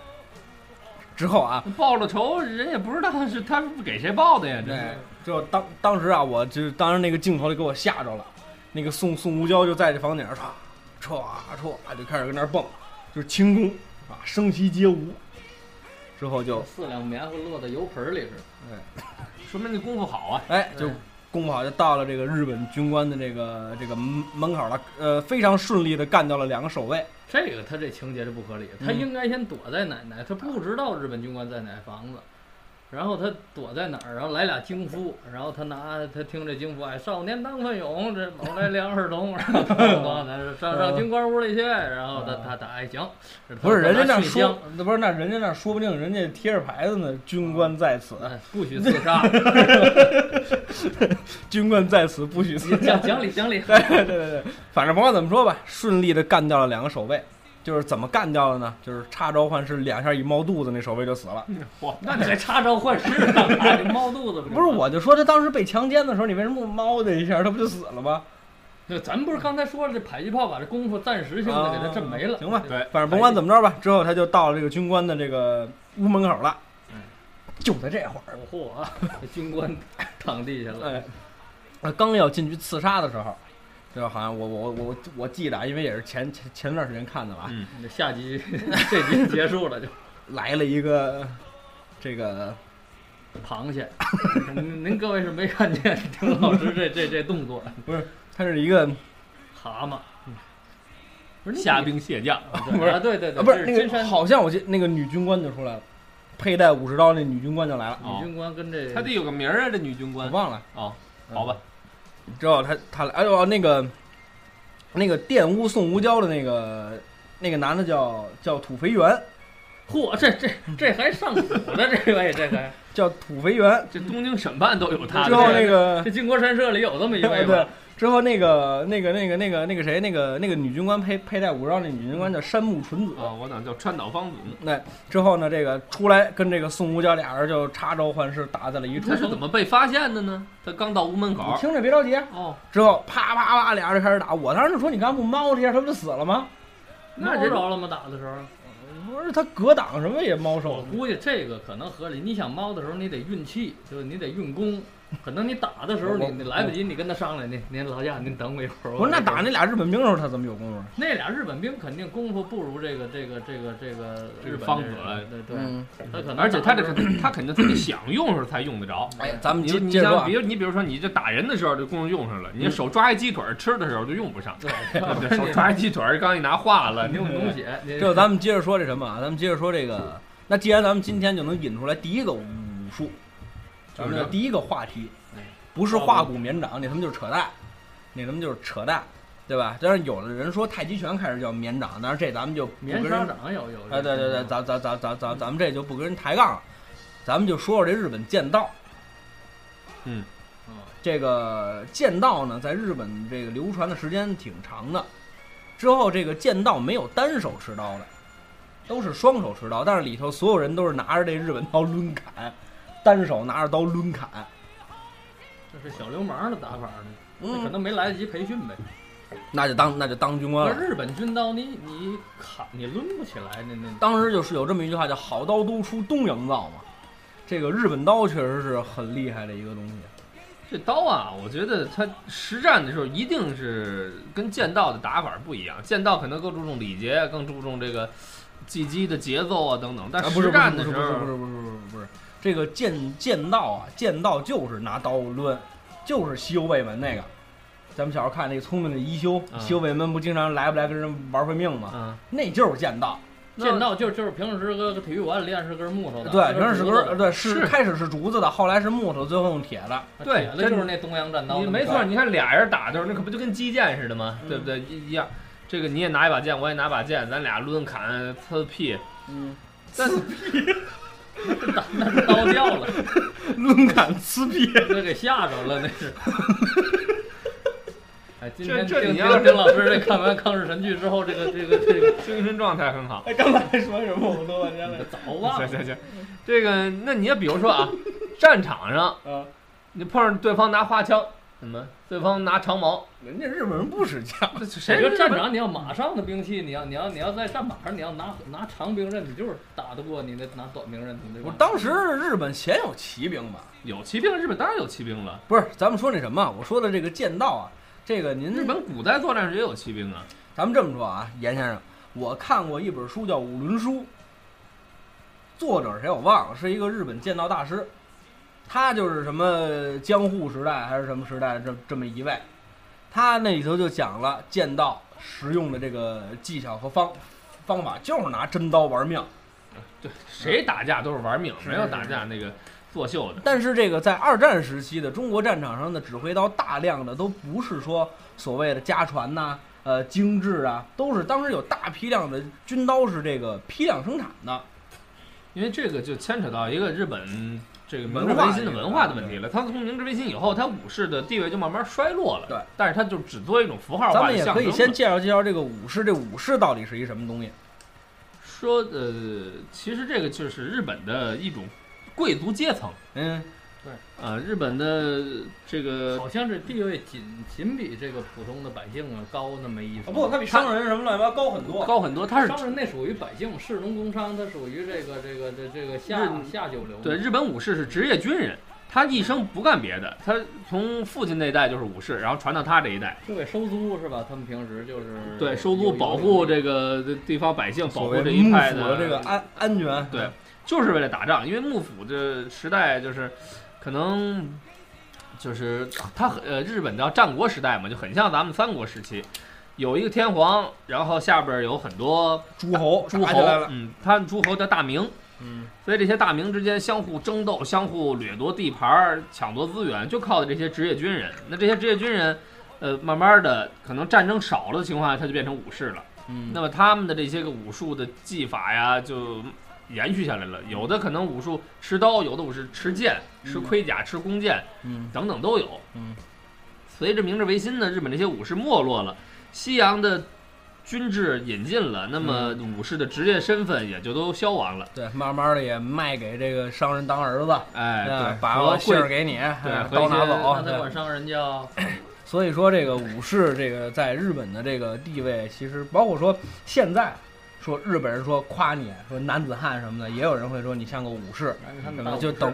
A: 之后啊，
B: 报了仇，人也不知道他是他是给谁报的呀，这
A: 对
B: 是。，
A: 之后当当时啊，我就是当时那个镜头就给我吓着了，那个宋宋无娇就在这房顶上歘歘歘就开始跟那儿蹦，就是轻功啊，声息皆无，之后就
C: 四两棉花落到油盆里是吧？
B: 说明那功夫好啊。
A: 哎，就
C: 对
A: 功夫好就到了这个日本军官的这个这个门门口了，呃，非常顺利的干掉了两个守卫。
C: 这个他这情节就不合理，他
A: 嗯
C: 应该先躲在奶奶，他不知道日本军官在哪房子，然后他躲在哪儿？然后来俩京夫，然后他拿他听这京夫，哎，少年当奋勇，这老来两耳聋，
A: (laughs)
C: 然后他说上上京官屋里去，然后他他他哎行，
A: (laughs) 不呃是人家那
C: 那
A: 说，不是那人家那说不定人家贴着牌子呢，军官在此，
C: 哎不许自
A: (laughs)
C: 杀，
A: 军官在此不许私
C: 讲讲理
A: (laughs)
C: 讲理，
A: 对对对对，反正甭管怎么说吧，顺利的干掉了两个守卫。就是怎么干掉的呢？就是插招唤师两下一猫肚子，那守卫就死了。
C: 那你还插招换尸干嘛？你猫肚子
A: (laughs) 不是，，我就说他当时被强奸的时候，你为什么不猫的一下，他不就死了吗？
C: 那咱不是刚才说了，这迫击炮把这功夫暂时性的给他震没了，
A: 啊行吧
B: 对
A: 反正甭管怎么着吧，之后他就到了这个军官的这个屋门口了
C: 嗯。
A: 就在这会儿，
C: 保护啊，这军官躺地下了，
A: 哎，呃刚要进去刺杀的时候，就是好像我我我我我记得啊，因为也是前前前段时间看的吧，
B: 嗯
C: 这下集 (laughs) 这集结束了就
A: 来了一个这个
C: 螃蟹，您您各位是没看见丁老 (laughs) 师这这这动作，
A: 他是一个
C: 蛤蟆，不是
B: 虾兵蟹将，
C: 不是啊，对对对，
A: 啊不是
C: 这
A: 那
C: 金
A: 个
C: 山
A: 好像我记那个女军官就出来了，佩戴武士刀那女军官就来了，
C: 女军官跟这
B: 他得有个名儿啊，这女军
A: 我
C: 嗯
B: 官。
A: 忘了。
B: 哦，好吧，
A: 之后他他来，哎呦那个那个玷污宋无娇的那个那个男的叫叫土肥原，
C: 嚯，这这这还上古呢，这位这个
A: 叫土肥原。
B: 这东京审判都有
C: 啊
B: 他
A: 之
B: 的
A: 后
B: 这个。
A: 那个
C: (laughs) 这靖国神社里有这么一位
A: 对
C: 吗？，
A: 之后那个那个那个那个那个谁，那个那个女军官佩佩戴武士刀那女军官叫山木纯子。
C: 哦
B: 啊，我哪叫川岛芳子？
A: 那之后呢，这个出来跟这个宋无娇俩人就插招换式打在了一处
B: 他。是怎么被发现的呢？他刚到屋门
A: 你
B: 口，
A: 听着别着急啊，
B: 哦，
A: 之后啪啪啪俩人就开始打。我当时就说你刚才不猫他一下，他不就死了吗？
C: 那
B: 那
C: 人
B: 人
C: 着了吗？哦打的时候，
A: 不是他格挡什么也猫
C: 我
A: 手，
C: 估计这个可能合理。你想猫的时候，你得运气，就是你得运功。可能你打的时候，你
A: 我
C: 你来不及，你跟他商量，您您老家您等我一会儿。
A: 不是那
C: 我
A: 打那俩日本兵的时候他怎么有功夫？啊
C: 那俩日本兵肯定功夫不如这个这个这个这个
B: 这个
C: 日本
B: 方
C: 这人
B: 子
C: 对对，
A: 嗯，
C: 他可能
B: 而且他这
C: 打的时候
B: 肯他肯定自己想用的时候才用得着。
A: 哎，咱们
B: 你
A: 接
B: 你
A: 接着说
B: 像
A: 啊
B: 比，如你比如说你这打人的时候这功夫用上了，你
A: 嗯
B: 手抓一鸡腿儿吃的时候就用不上，
C: 对
B: (laughs) 对不对？手抓一鸡腿儿刚一拿化了，
C: 肯
B: 你
C: 定流血。你
A: 就咱们接着说这什么啊？咱们接着说这个。那既然咱们今天就能引出来第一个武术，咱们的第一个话题
C: 哎，
A: 不是化骨绵掌，那他们就是扯淡，那他们就是扯淡，对吧？但是有的人说太极拳开始叫绵掌，但是这咱们就不跟
C: 棉
A: 人
C: 纱掌有有。
A: 哎，对对对，
C: 有
A: 咱咱咱咱咱咱们这就不跟人抬杠了，咱们就说说这日本剑道。
C: 嗯
A: 这个剑道呢，在日本这个流传的时间挺长的。之后这个剑道没有单手持刀的，都是双手持刀，但是里头所有人都是拿着这日本刀抡砍，单手拿着刀抡砍。
C: 这是小流氓的打法呢，这可
A: 嗯，
C: 能没来得及培训呗。
A: 那就当那就当军官
C: 那
A: 了。
C: 日本军刀你你砍你抡不起来，那那
A: 当时就是有这么一句话叫“好刀都出东洋造”嘛。这个日本刀确实是很厉害的一个东西。
B: 这刀啊，我觉得它实战的时候一定是跟剑道的打法不一样，剑道可能更注重礼节，更注重这个技击的节奏啊等等，但
A: 啊，不是不
B: 实
A: 是
B: 战
A: 不
B: 的
A: 是
B: 时
A: 不是不
B: 候，
A: 是不是不是不是这个剑剑道啊，剑道就是拿刀抡，就是西游未门那个。咱们小时候看那个聪明的一休，
B: 嗯
A: 西游未门不经常来不来跟人玩回命吗？
B: 嗯，
A: 那就是剑道。
C: 剑道就就是平时搁搁体育馆里练是根木头的，
A: 对，
C: 是
A: 原始
C: 竹
A: 根
C: 子
A: 儿，
C: 的
A: 对，是
B: 是
A: 开始是竹子的，后来是木头，最后用铁的。
B: 对
C: 铁的就是那东洋战刀那
B: 你
C: 么
B: 没
C: 着，
B: 错，你看俩人打的时候，那可不就跟击剑似的吗？
C: 嗯
B: 对不对？一一样，这个你也拿一把剑，我也拿把剑，咱俩抡砍呲屁，
A: 嗯，
B: 但是
C: 那那是刀掉了，
A: (laughs) 抡砍呲屁。
C: (laughs) 这给吓着了，那是。 (laughs) 哎，今天
B: 这这
C: 听
B: 你
C: 听
B: 要是
C: 丁老师这看完《抗日神剧》之后，这个这个这个
B: 精神状态很好。
A: 哎， (laughs) 刚才说什么我都忘了。
C: 早忘
B: 行
C: 了，
B: 行行，这个那你也比如说
A: (laughs)
B: 啊，战场上
A: 啊，
B: 你碰上对方拿花枪，怎么对方拿长矛，
A: 人家日本人不使剑，
B: 这
C: 我
B: 谁
C: 觉得
B: 是
C: 战场你要马上的兵器，你要你要你要在战马上，你要拿拿长兵刃，你就是打得过你那拿短兵刃，对吧
A: 我当时日本鲜有骑兵吧？
B: 有骑兵，日本当然有骑兵了。
A: 不是，咱们说那什么，我说的这个剑道啊，这个您
B: 日本古代作战时也有骑兵啊，
A: 咱们这么说啊，严先生，我看过一本书叫《五轮书》，作者谁我忘了，是一个日本剑道大师，他就是什么江户时代还是什么时代这这么一位，他那里头就讲了剑道实用的这个技巧和方方法，就是拿真刀玩命。
B: 对，谁打架都是玩命，
A: 是
B: 没有打架那个
C: 作秀的，
A: 但是这个在二战时期的中国战场上的指挥刀，大量的都不是说所谓的家传呐、呃精致啊，都是当时有大批量的军刀是这个批量生产的。
B: 因为这个就牵扯到一个日本这个明治
A: 文化
B: 维新的
A: 这个
B: 文化的问题了。它从明治维新以后，它武士的地位就慢慢衰落了。
A: 对，
B: 但是它就只做一种符号
A: 咱
B: 化
A: 们
B: 的
A: 也
B: 象征
A: 可
B: 了。
A: 以先介绍介绍这个武士，这武士到底是一什么东西？
B: 说，呃，其实这个就是日本的一种贵族阶层。
A: 嗯，
B: 呃，日本的这个
C: 呃好像是地位仅仅比这个普通的百姓啊高那么一分。
A: 不，他比商人什么乱七八糟高很多。
B: 高很多，它是
C: 商人那属于百姓，士农工商，他属于这个这个这这个下
B: 日
C: 下九流嘛。
B: 对，日本武士是职业军人，他一生不干别的，他从父亲那代就是武士，然后传到他这一代，
C: 就给收租是吧？他们平时就是
B: 对，收租保护这个地方百姓，保
A: 所
B: 护
A: 谓
B: 这
A: 幕
B: 一派
A: 府的这个安安全，
B: 对，就是为了打仗，因为幕府这时代就是可能。就是他很呃，日本叫战国时代嘛，就很像咱们三国时期，有一个天皇，然后下边有很多
A: 诸侯
B: 诸
A: 打起
B: 侯
A: 来了，，
B: 嗯，他们诸侯叫大名，
A: 嗯，
B: 所以这些大名之间相互争斗、相互掠夺地盘儿、抢夺资源，就靠的这些职业军人。那这些职业军人，呃，慢慢的可能战争少了的情况下，他就变成武士了。
C: 嗯
B: 那么他们的这些个武术的技法呀，就延续下来了。有的可能武术持刀，有的武士持剑、
A: 嗯
B: 持盔甲、持弓箭，
C: 嗯
B: 等等都有。
C: 嗯，
B: 随着明治维新呢，日本这些武士没落了，西洋的军制引进了，那么武士的职业身份也就都消亡了。
A: 对，慢慢的也卖给这个商人当儿子，
B: 哎，
A: 嗯
B: 对，
A: 把
B: 和
A: 我信儿
B: 贵
A: 给你，嗯
B: 和一
A: 刀
B: 些
A: 拿
C: 那
A: 走。
C: 他
A: 对
C: 管商人叫
A: 所以说，这个武士这个在日本的这个地位，其实包括说现在说日本人说夸你说男子汉什么的，也有人会说你像个武士
B: 嗯
C: 他
A: 什
C: 们
A: 么
C: 大
A: 的，就
B: (laughs)
A: 等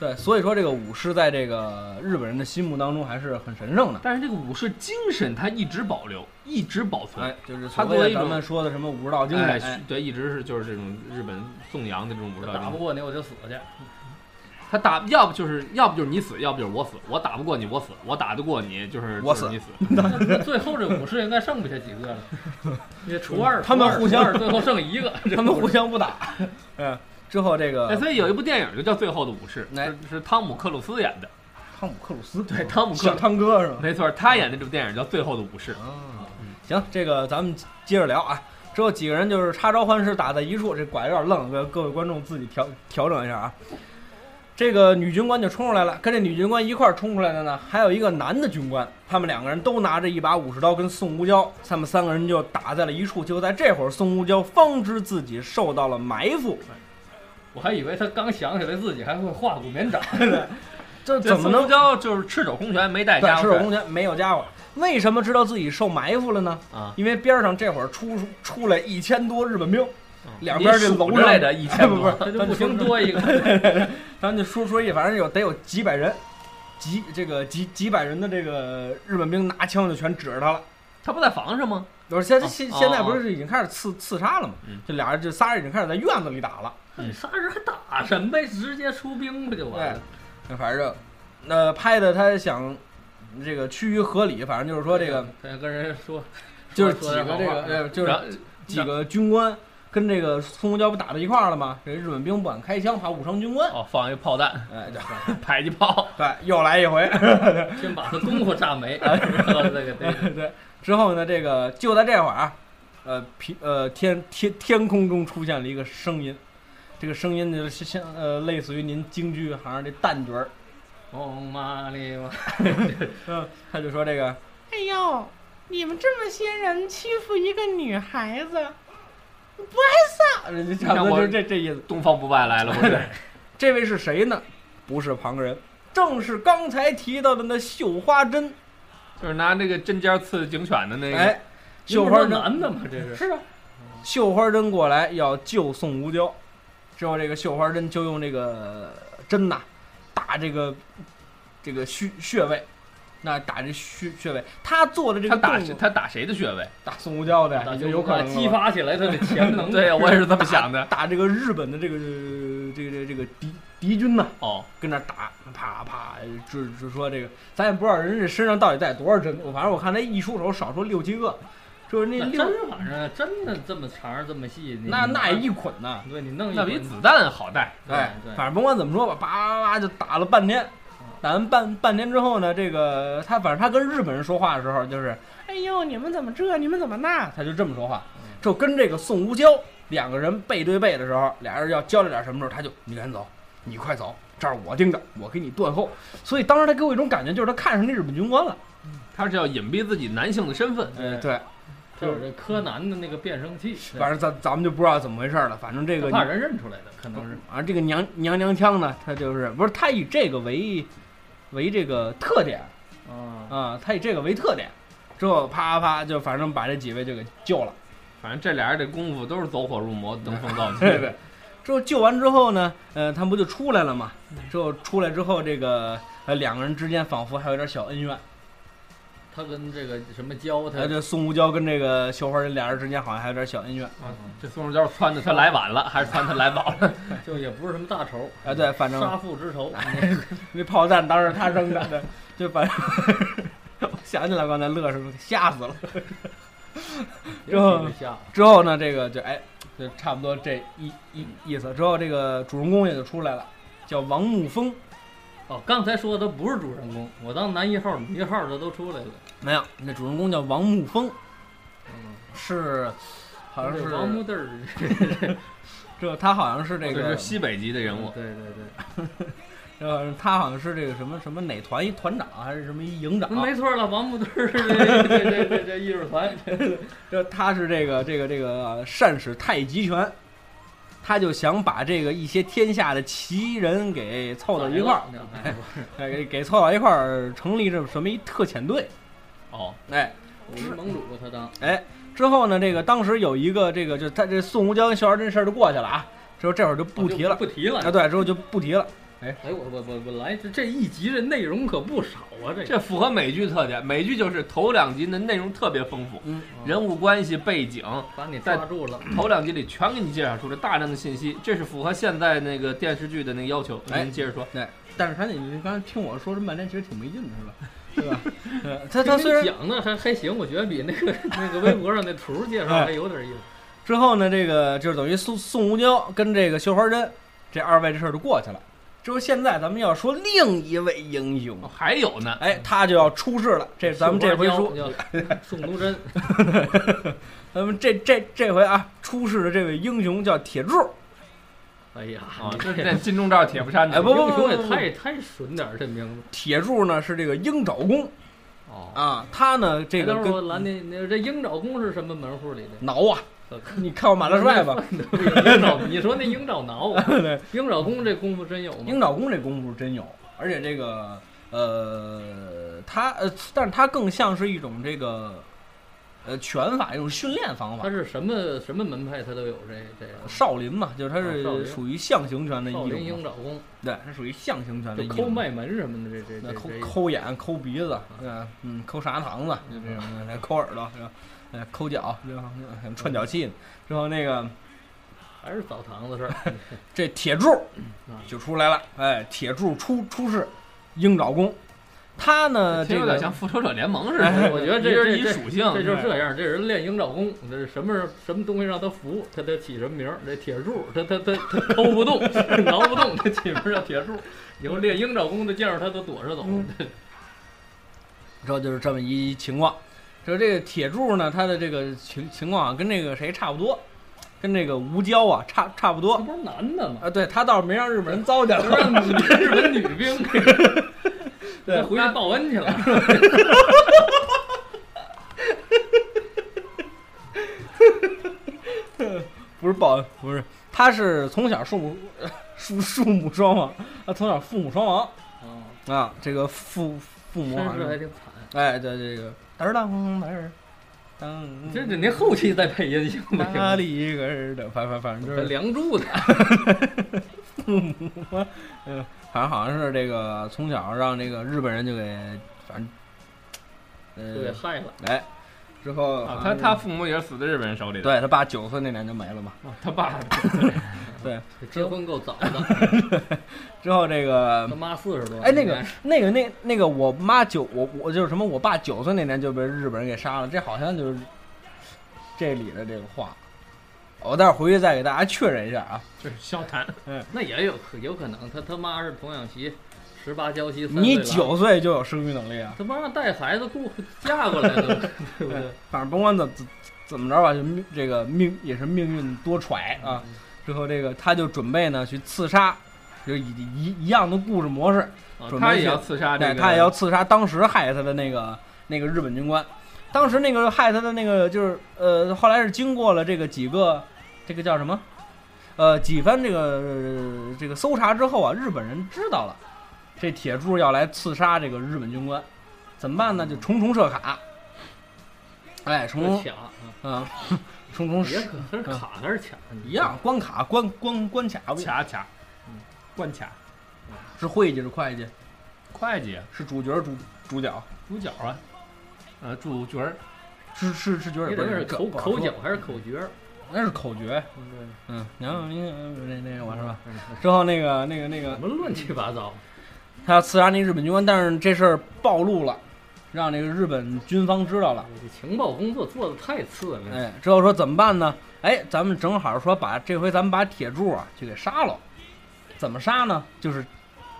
A: 对。所以说，这个武士在这个日本人的心目当中还是很神圣的。
B: 但是这个武士精神它一直保留，一直保存。
A: 哎，就是
B: 他
A: 所
B: 作为
A: 谓
B: 一
A: 的
B: 种
A: 咱们说的什么武士道精神，
B: 哎
A: 哎
B: 对，一直是就是这种日本颂扬的这种武士道
C: 打
B: 精
C: 不
B: 神。
C: 过你我就死
A: (laughs)
C: 去。
B: 他打，要不就是要不就是你死，要不就是我死。我打不过你，我死；我打得过你，就是
A: 我
B: 就是
A: 死
B: 你 (laughs) 死。
C: 那最后这武士应该剩不下几个了，因为除二
A: 他们
C: 除二
A: 互相
C: 除二最后剩一个， (laughs)
A: 他们互相不
B: (laughs)
A: 打。嗯，之后这
B: 哎，
A: 个
B: 所以有一部电影就叫《最后的武士》，
A: 哎
B: 是是汤姆克鲁斯演的。
A: 汤姆克鲁斯，
B: 对，汤姆克
A: 小
B: 鲁，
A: 汤哥是吧？
B: 没错，他演的这部电影叫《最后的武士》。
A: 行，这个咱们接着聊啊。之后几个人就是插招换式打在一处，这拐有点愣，各各位观众自己调调整一下啊。这个女军官就冲出来了，跟这女军官一块儿冲出来的呢，还有一个男的军官，他们两个人都拿着一把武士刀跟宋无娇，他们三个人就打在了一处。就在这会儿，宋无娇方知自己受到了埋伏，
C: 我还以为他刚想起来自己还会化骨绵掌，
A: 这怎么能
B: 能叫就是赤手空拳没带
A: 对，
B: 家
A: 赤
B: 伙
A: 手空拳没有家伙？为什么知道自己受埋伏了呢？
B: 啊？
A: 因为边上这会儿出出来一千多日本兵，嗯两
B: 你
A: 边这
B: 数
A: 楼
B: 着
A: 上
B: 来的一千
A: (laughs) 不
B: 多
A: 是，
C: 他就
A: 咱
C: 不
A: 说
C: 停多一个。
A: 咱就说说一，反正有得有几百人，几这个几几百人的这个日本兵拿枪就全指着他了。
B: 他不在房上吗？
A: 我说现在现
B: 哦
A: 现在不是已经开始刺刺杀了吗
B: 嗯？
A: 这俩人这仨人已经开始在院子里打了。
C: 你仨人还打什么呗？直接出兵不就完了？
A: 哎那反正，那拍的他想这个趋于合理，反正就是说这
B: 哎
A: 个
C: 他跟人说，
A: 就是几
C: 说点
A: 个
C: 好
A: 这
C: 话
A: 个呃就是
B: 然后
A: 几个军官跟这个松木椒不打到一块儿了吗？这日本兵不敢开枪，怕误伤军官。
B: 哦，放一炮弹，
A: 哎，对
B: 迫击炮。
A: 对，又来一回。
C: 先把他功夫炸没，
A: 哎
C: 然后这个得
A: (laughs) 对，之后呢，这个就在这会儿啊，呃，皮呃天天天空中出现了一个声音，这个声音就是像呃类似于您京剧行上这旦角儿，
C: 哦妈哩哇！
A: 嗯，他就说这个
E: 哎呦，你们这么些人欺负一个女孩子，不害
A: 啊，人家差不多就是这这意思。
B: 东方不败来了，不是？
A: 这位是谁呢？不是旁人，正是刚才提到的那绣花针。
B: 就是拿那个针尖刺警犬的那个。
A: 哎，绣花
C: 这
A: 针
C: 男的嘛，这是
A: 是啊，绣花针过来要救宋无娇，之后这个绣花针就用这个针呐、打这个这个穴穴位，那打这穴穴位，他做的这
B: 他
A: 个
B: 打
A: 动作
B: 他打谁的穴位？
A: 打宋无娇的，
C: 打
A: 啊已经有可能
C: 激
A: 了吧
C: 发起来他的潜能。
B: 对，我也是这么想的。
A: 打这个日本的这个这个这个这个敌敌军呐、 (laughs)
B: 哦，
A: 跟那儿打，啪啪，就就说这个，咱也不知道人家身上到底带多少针，我反正我看他一出手少说六七个，
D: 就是那
C: 那
D: 六
C: 真反正真的这么长这么细，你
A: 那那也
C: 你
A: 一捆呐，
C: 对你弄一
B: 那比
C: 捆
B: 子弹好带。
C: 对对
A: 哎反正甭管怎么说吧，叭叭叭就打了半天。打完半半天之后呢，这个他反正他跟日本人说话的时候，就是
E: 哎呦，你们怎么这？你们怎么那？
A: 他就这么说话
C: 嗯，
A: 就跟这个宋无娇两个人背对背的时候，俩人要交流点什么时候，他就你赶紧走，你快走，这儿我盯着，我给你断后。所以当时他给我一种感觉，就是他看上那日本军官了。
B: 他是要隐蔽自己男性的身份，
A: 呃，对，
C: 哎他有这
A: 嗯
C: 柯南的那个变声器，
A: 反正咱咱们就不知道怎么回事了，反正这
C: 他
A: 个
C: 怕人认出来的，可能是
A: 反正这个娘娘娘腔呢，他就是不是他以这个为为这个特点
C: 啊，
A: 啊，他以这个为特点，之后啪啪就反正把这几位就给救了。
B: 反正这俩人这功夫都是走火入魔、登峰造极。
A: (laughs) 对对。之后救完之后呢，呃，他们不就出来了嘛？之后出来之后，这个呃两个人之间仿佛还有点小恩怨。
C: 他跟这个什么胶，他
A: 呃，这宋无娇跟这个绣花人俩人之间好像还有点小恩怨。
B: 这宋仲娇穿的他来晚了，还是穿他来早
A: (laughs)
B: 了？
C: 啊就也不是什么大仇，
A: 啊，对，哎反正
C: 杀父之仇，
A: 那炮弹当时他扔的，对就反正 (laughs) 我想起来刚才乐什么，吓死了。
C: 别提这下
A: 之后呢，这个就哎，就差不多这一一意思。之后这个主人公也就出来了，叫王沐风，
C: 哦，刚才说的不是主人公，我当男一号、女一号的都出来了，
A: 没有，那主人公叫王沐风，
C: 嗯，
A: 是好像
C: 这
A: 是
C: 嗯王木嘚儿，
A: 这他好像是这
B: 这
A: 个
B: 是，西北籍的人物，
C: (laughs) 对对对，
A: 呃，他好像是这个什么什么哪团一团长还是什么一营长，啊
C: 嗯没错了，王木嘚儿这这这这这艺术
A: (laughs)
C: 团，
A: 这他是这个这个这个呃善使太极拳，他就想把这个一些天下的奇人给凑到一块儿，
C: 儿，
A: 哎给给凑到一块儿，成立这什么一特遣队，
B: 哦，
A: 哎。
C: 我是盟主，啊他当
A: 哎，之后呢，这个当时有一个这个，就他这宋无娇跟校园这事儿就过去了啊。之后这会儿就不提了
C: 哦不提了
A: 啊，，对，之后就不提了。
C: 哎，我我我我来这这一集这内容可不少啊，这
B: (laughs) 这符合美剧特点。美剧就是头两集的内容特别丰富，
A: 嗯
B: 人物关系、背景，
C: 把你抓住了，
B: 头两集里全给你介绍出来大量的信息，这是符合现在那个电视剧的那个要求。
A: 哎
B: 您接着说，
A: 但是他那，你刚才听我说这么半天，其实挺没劲的，是吧？ (laughs) 对吧？呃他他虽然
C: 讲的还还行，我觉得比那个那个微博上那图介
A: 哎
C: 绍还有点意思。
A: 之后呢，这个就是等于宋宋无娇跟这个绣花针这二位这事儿就过去了。之后现在咱们要说另一位英雄，
B: 哦还有呢，
A: 哎，他就要出世了。这咱们这回说，
C: 叫宋东真，
A: 咱们这这这回啊，出世的这位英雄叫铁柱。
C: 哎呀，
B: 啊，
C: 你
B: 这
C: 这
B: 那金钟罩铁布衫的，
A: 哎不不
C: 英雄也太太损点儿这名字。
A: 铁柱呢是这个鹰爪功
B: 哦，
A: 啊，他呢这个
C: 哎等会儿
A: 跟
C: 我拦你，那这鹰爪功是什么门户里
A: (laughs)
C: 的？
A: 挠
C: (laughs)
A: 啊
C: 呃，
A: 你看过《马大帅》
C: (laughs)
A: 吧？
C: 鹰爪，你说那鹰爪挠，啊
A: 对，
C: 鹰爪功这功夫真有吗？
A: 鹰爪功这功夫真有，而且这个呃，他呃，但是他更像是一种这个呃拳法一种训练方
C: 他
A: 法，
C: 是什么什么门派，他都有这这个。
A: 少林嘛，就是他
C: 啊少林
A: 是属于象形拳的一
C: 少
A: 种
C: 林鹰
A: 嘛，
C: 爪功，
A: 对，他属于象形拳的
C: 这
A: 一
C: 抠
A: 种。
C: 脉门什么的，这这
A: 那
C: 这啊
A: 抠
C: 这
A: 抠眼、抠鼻子，嗯嗯，抠砂糖子，就这种
C: 嗯
A: 的，还抠耳朵，是吧？呃，抠脚，是吧？嗯串脚气呢。之后那个
C: 还是澡堂
A: (laughs)
C: 子事儿。
A: 这铁柱
C: 嗯
A: 就出来了，哎，铁柱出出世，鹰爪功，他呢
B: 这
A: 这
B: 有点
A: 个哎
B: 像复仇者联盟 (laughs) 似的。
C: 我觉得这
B: 哎一人
C: 这
B: 一
C: 这
B: 属性，哎
C: 这就是这样，这人练鹰爪功，这是什么什么东西让他服，他得起什么名儿？这铁柱，他他他他抠不动， (laughs) 挠不动，他起名儿叫铁柱。以后练鹰爪功的见着他都躲着走。
B: 嗯
A: 之后嗯就是这么一情况。说这个铁柱呢，他的这个情情况啊，跟那个谁差不多，跟那个吴娇啊差差不
C: 这
A: 多。
C: 不是男的吗？
A: 啊，对他倒是没让日本人糟践
C: 不是
A: 了。
C: 女日本女
B: (laughs)
C: 兵， (laughs)
A: 对
C: 他回去报恩去了。
A: 不是报恩，不是，他是从小父母父父母双亡，他从小父母双亡
C: 哦，
A: 啊，这个父父
C: (laughs)
A: 母啊好
C: 身世
A: 像
C: 还
A: 是
C: 挺惨。
A: 哎，对这个嘚儿当嘚儿当，
C: 嗯这这您后期再配音行不
A: 哪
C: 行？
A: 里一个人的，反反反正就
C: 这
A: 是，
C: 梁祝的，
A: 嗯，反正好像是这个从小让这个日本人就给，反正，
C: 就给
A: 呃，
C: 害了。
A: 哎，之后
B: 啊
A: 好
B: 他
A: 像是
B: 他父母也是死在日本人手
A: 嗯
B: 里的，
A: 对他爸九岁那年就没了嘛，
B: 他爸
C: 结婚够早的，
A: 之后这个
C: 他。妈四十多。
A: 哎，那个、那个、那、那个，我妈九，我我就是什么，我爸九岁那年就被日本人给杀了。这好像就是这里的这个话。我待会儿回去再给大家确认一下啊。
B: 就是萧谈，
C: 那也有可有可能，他他妈是童养媳，十八娇妻，三岁
A: 你
C: 郎
A: 九岁就有生育能力啊，
C: 他妈让带孩子雇嫁过来
A: (laughs)
C: 的，对不对？
A: 反正甭管怎怎怎么着吧，就命这个命也是命运多舛
B: 嗯
A: 啊。之后这个他就准备呢去刺杀，就以一一样的故事模式，
B: 啊
A: 准备
B: 他也
A: 去
B: 要刺杀这
A: 对
B: 个，
A: 他也要刺杀当时害他的那个那个日本军官。当时那个害他的那个就是呃，后来是经过了这个几个这个叫什么呃几番这个、呃这个搜查之后啊，日本人知道了这铁柱要来刺杀这个日本军官，怎么办呢？就重重设卡，哎，重重
C: 卡，
A: 啊， (laughs) 重重
C: 也可他是卡还是啊卡？
A: 一样关卡关关关卡不
B: 卡卡
C: 嗯，
B: 关卡，
A: 是会计是会计
B: 会计
A: 是主角主主角
B: 主角啊，呃，主角
A: (clears throat)
B: 儿
A: 是是是角
C: 你
A: 也不
C: 这是
A: 是
C: 口
A: 不好
C: 口
A: 说
C: 角还是口诀？
A: 那是口诀，
C: 对，
A: 嗯，然后那那个我是吧？
C: 嗯？
A: 之后那个那个那个
C: 什，么乱七八糟？
A: 他要刺杀那日本军官，但是这事儿暴露了，让那个日本军方知道了。
C: 这情报工作做的太次了。
A: 哎，之后说怎么办呢？哎，咱们正好说把这回咱们把铁柱啊就给杀了，怎么杀呢？就是，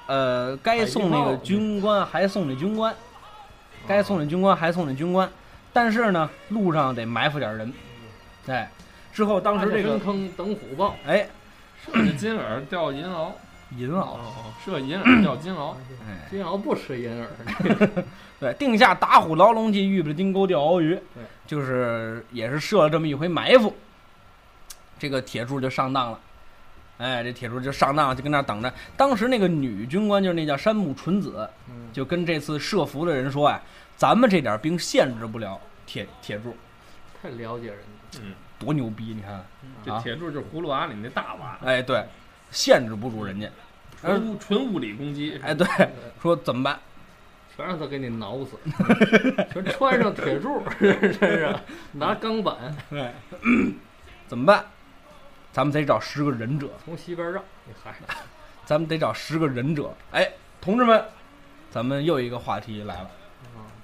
A: 呃，该送那个军官还送那军官，该送那军官还送那军官，但是呢，路上得埋伏点人。哎，之后当时这
C: 深
A: 个
C: 坑嗯等虎豹，
A: 哎
B: 射金耳掉银鳌，
A: 银鳌，
B: 哦，射银耳掉金鳌，
A: 哎，
C: 金鳌不吃银耳，
A: 对，定下打虎牢笼计，预备金钩钓鳌鱼。
C: 对，
A: 就是也是设了这么一回埋伏，这个铁柱就上当了。哎，这铁柱就上当了，就跟那儿等着。当时那个女军官就是那叫山木纯子，
C: (laughs) 嗯
A: 就跟这次设伏的人说啊，咱们这点兵限制不了铁铁柱，
C: 太了解人了。
A: 多牛逼！你看，啊
B: 这铁柱就是葫芦娃里那大娃，
A: 哎，对，限制不住人家。呃
B: 纯物纯物理攻击，
A: 哎，对，说怎么办？
C: 全让他给你挠
A: (laughs)
C: 死，全穿上铁柱， (laughs) 真是拿钢板
A: 哎， (clears throat) 怎么办？咱们得找十个忍者。
C: 从西边绕，你嗨，
A: 咱们得找十个忍者。哎，同志们，咱们又一个话题来了，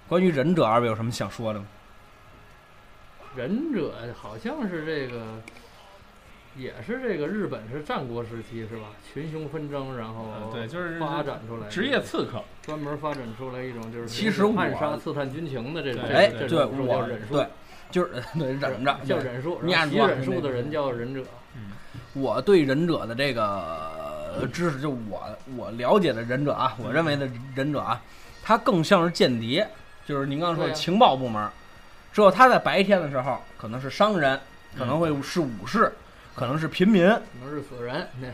A: 关于忍者，二位有什么想说的吗？
C: 忍者好像是这个，也是这个日本是战国时期是吧？群雄纷争，然后
B: 呃对，就是
C: 发展出来的
B: 职业刺客，
C: 专门发展出来一种就是
A: 其实我
C: 暗杀刺探军情的这种
B: 对
A: 哎，
C: 这
A: 对，
B: 对
C: 种这种叫
A: 我
C: 忍术，
A: 对，就是 (laughs) 对忍
C: (laughs)
A: 着。
C: 叫忍术，
A: 你
C: 然
A: 按
C: 后习
A: 住啊
C: 忍术
A: 那
C: 的
A: 个
C: 人叫忍者，
A: 我对忍者的这个知识，就我我了解的忍者啊，我认为的忍者啊，他更像是间谍，就是您刚刚说的
C: 对啊
A: 情报部门。只有他在白天的时候，可能是商人，可能会是武士，可能是平民，
C: 可能是死人，那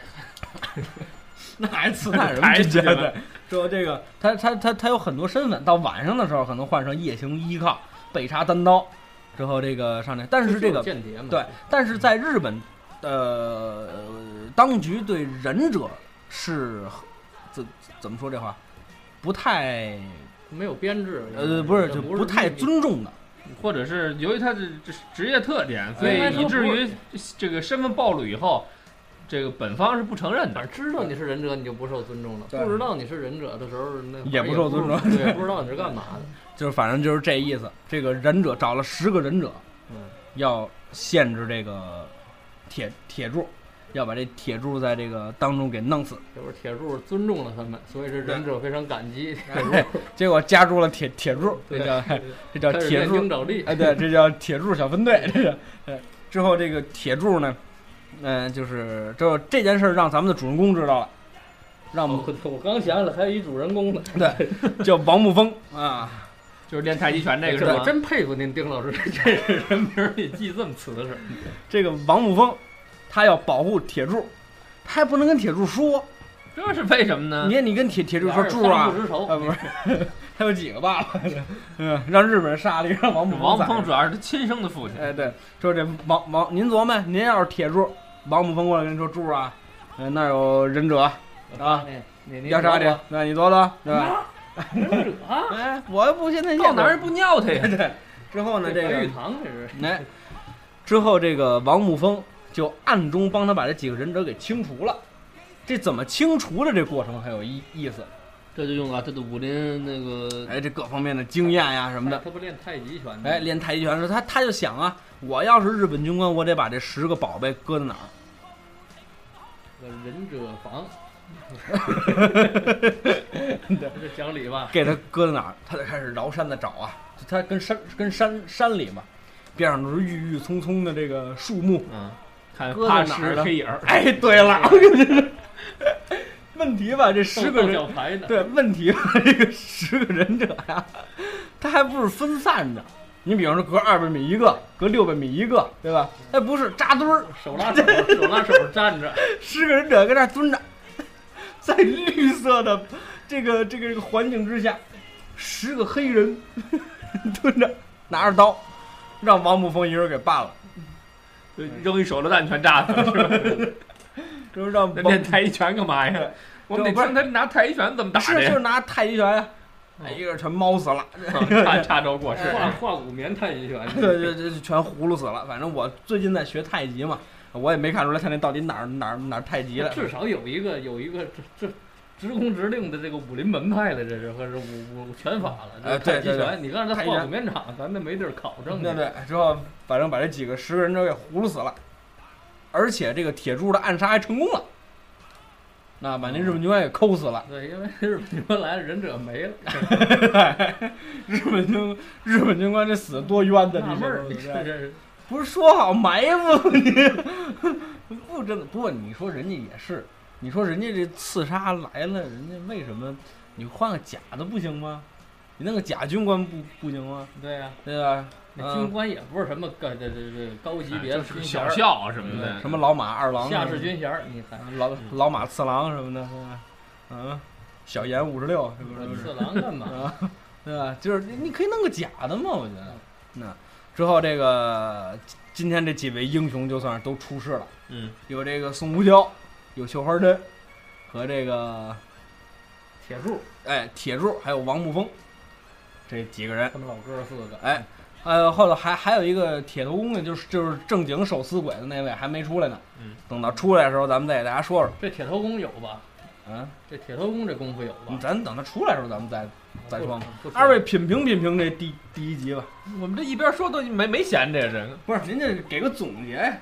A: 那还刺探人
B: 抬
A: 之
B: 起
A: 间
B: 来
A: 的。说这个，他他他他有很多身份，到晚上的时候可能换成夜行依靠、北茶单刀，之后这个上来。但是这
C: 就
A: 个
C: 间谍嘛，
A: 对，但是在日本，呃，当局对忍者是怎怎么说这话？不太
C: 没有编制，
A: 呃，不是
C: 也
A: 就
C: 不
A: 不太
C: 秘密
A: 尊重的。
B: 或者是由于他的这职业特点，所以
C: 哎
B: 以至于这个身份暴露以后，这个本方是不承认的。
C: 反正知道你是忍者，你就不受尊重了；
A: 对
C: 不知道你是忍者的时候，那
A: 也不受尊重
C: 不
A: (laughs)
C: 对，不知道你是干嘛的。
A: 就是反正就是这意思。这个忍者找了十个忍者，
C: 嗯，
A: 要限制这个铁铁柱，要把这铁柱在这个当中给弄死。
C: 就是铁柱尊重了他们，所以是忍者非常感激
A: 哎
C: (laughs) 铁
A: (laughs)
C: 柱。
A: 结果加入了铁铁柱，这
C: 对
A: 叫哎这叫
C: 开始
A: 铁
C: 练
A: 柱
C: 鹰，爪力，
A: 哎，对，这叫铁柱小分队，这是。哎之后这个铁柱呢，嗯、就是之后这件事儿让咱们的主人公知道了，让我们、
C: 我我刚想起来还有一主人公呢，
A: (laughs) 叫王沐
C: (laughs)
A: 风啊，
B: 就是练太极拳这个是
C: 我
B: 吧？
C: 哎真佩服您丁老师， (laughs) 这是人名儿你记这么瓷实。
A: 这个王沐风，他要保护铁柱，他还不能跟铁柱说，
B: 这是为什么呢
A: 你？看，你跟铁铁柱说
C: 嗯俩人
A: 柱啊
C: 三，不知仇
A: 啊不是， (laughs) 他有几个爸爸？嗯，让日本人杀了，又让王母
B: 王峰
A: 峰
B: 主要是他亲生的父亲，
A: 哎，对，说这王王，您琢磨，您要是铁柱，王母峰过来跟您说柱啊，嗯、那有忍者啊，
C: 哎你你
A: 要杀
C: 你
A: 你，那你琢磨，对吧？ (laughs)
C: 忍者啊？
A: 哎，我又不现在
B: 告男人不尿他呀！
A: (laughs) 对，之后呢，这
C: 白玉
A: 个
C: 堂这是
A: 哎，之后这个王沐风就暗中帮他把这几个忍者给清除了。这怎么清除的这过程很有意意思，
F: 这就用到这就武林那个
A: 哎，这各方面的经验呀什么的，
C: 他不练太极拳的，
A: 哎，，练太极拳的时候，他他就想啊，我要是日本军官，我得把这十个宝贝搁在哪儿？
C: 忍者房，这讲理吧？
A: 给他搁在哪儿？他就开始绕山的找啊，他跟山跟山山里嘛，边上都是郁郁葱葱的这个树木。
B: 嗯，看
A: 搁
B: 怕
A: 在哪儿
B: 石
A: 了
B: 黑影儿， (laughs)
A: 哎，对了， (laughs) 问题吧，这十个
C: 斗
A: 人
C: 脚牌呢？
A: 对，问题吧，这个十个忍者呀，他还不是分散着。你比方说隔二百米一个，隔六百米一个，对吧？那不是扎堆儿，
C: 手拉手，手拉手站着，
A: 十个忍者跟那儿蹲着，在绿色的这个这个这个环境之下，十个黑人 (laughs) 蹲着拿着刀，让王沐风一人给办了，
B: 对扔一手榴弹全炸死 (laughs) 了，是吧？
A: 就是让
B: 那
A: 王
B: 练太极拳干嘛呀？我们得
A: 不是
B: 听他拿太极拳怎么打
A: 是
B: 的
A: 就是
B: 呀，哦啊
A: 拿太极拳呀，哎一个人全猫死
B: (laughs)
A: 了，
B: 差差招过
A: 哎
B: 世。
C: 化化骨绵太极拳，
A: 对对对，全葫芦死了。反正我最近在学太极嘛，我也没看出来他那到底哪儿哪儿哪儿太极了。
C: 至少有一个有一个这这直工直令的这个武林门派了，这是和是武武拳法了。
A: 呃
C: 这
A: 对
C: 太极
A: 对对
C: 拳，你看他
A: 太极拳
C: 化骨绵掌，咱那没地儿考证
A: 对
C: 去。
A: 对，之后反正把这几个十个人都给葫芦死了，而且这个铁柱的暗杀还成功了，那把那日本军官给抠死了。
C: 对，因为日本军来了，忍者没了，
A: (laughs) 日本军日本军官这死得多冤的，
C: 纳
A: 你
C: 闷儿，你
A: 说对不
C: 这
A: 对
C: 这
A: 不是说好埋伏你？ (laughs) 不真的，不过你说人家也是，你说人家这刺杀来了，人家为什么你换个假的不行吗？你弄个假军官不不行吗？
C: 对呀、
A: 对吧？
C: 那
A: 嗯
C: 军官也不是什么高这这这高级别
B: 哎就
C: 的
B: 是个
C: 军衔
B: 小
C: 儿，
B: 校啊什么
A: 嗯
B: 的，
A: 什么老马二郎、
C: 下士军衔儿，你还
A: 老老马次郎什么的，对吧？嗯，小严五十六是
B: 嗯
A: 不是？
B: (laughs)
C: 次郎干嘛？
A: 啊，对吧？就是你你可以弄个假的嘛，我觉得。那之后这个今今天这几位英雄就算是都出世了，
B: 嗯，
A: 有这个宋无娇，有绣花针，和这个
C: 铁柱，
A: 哎铁柱，还有王沐风，这几个人。
C: 他们老哥四个，
A: 哎，呃，后头还还有一个铁头功呢，就是就是正经手撕鬼的那位还没出来呢。
B: 嗯，
A: 等到出来的时候，咱们再给大家说说。
C: 这铁头功有吧？
A: 嗯，
C: 这铁头功这功夫有
B: 嗯
C: 吧？
A: 咱等他出来的时候，咱们再再说嘛
C: 不，不
A: 二位品评品评这第第一集吧，
B: 我们这一边说都没没闲着呀，这个
A: 不是您这给个总结，哎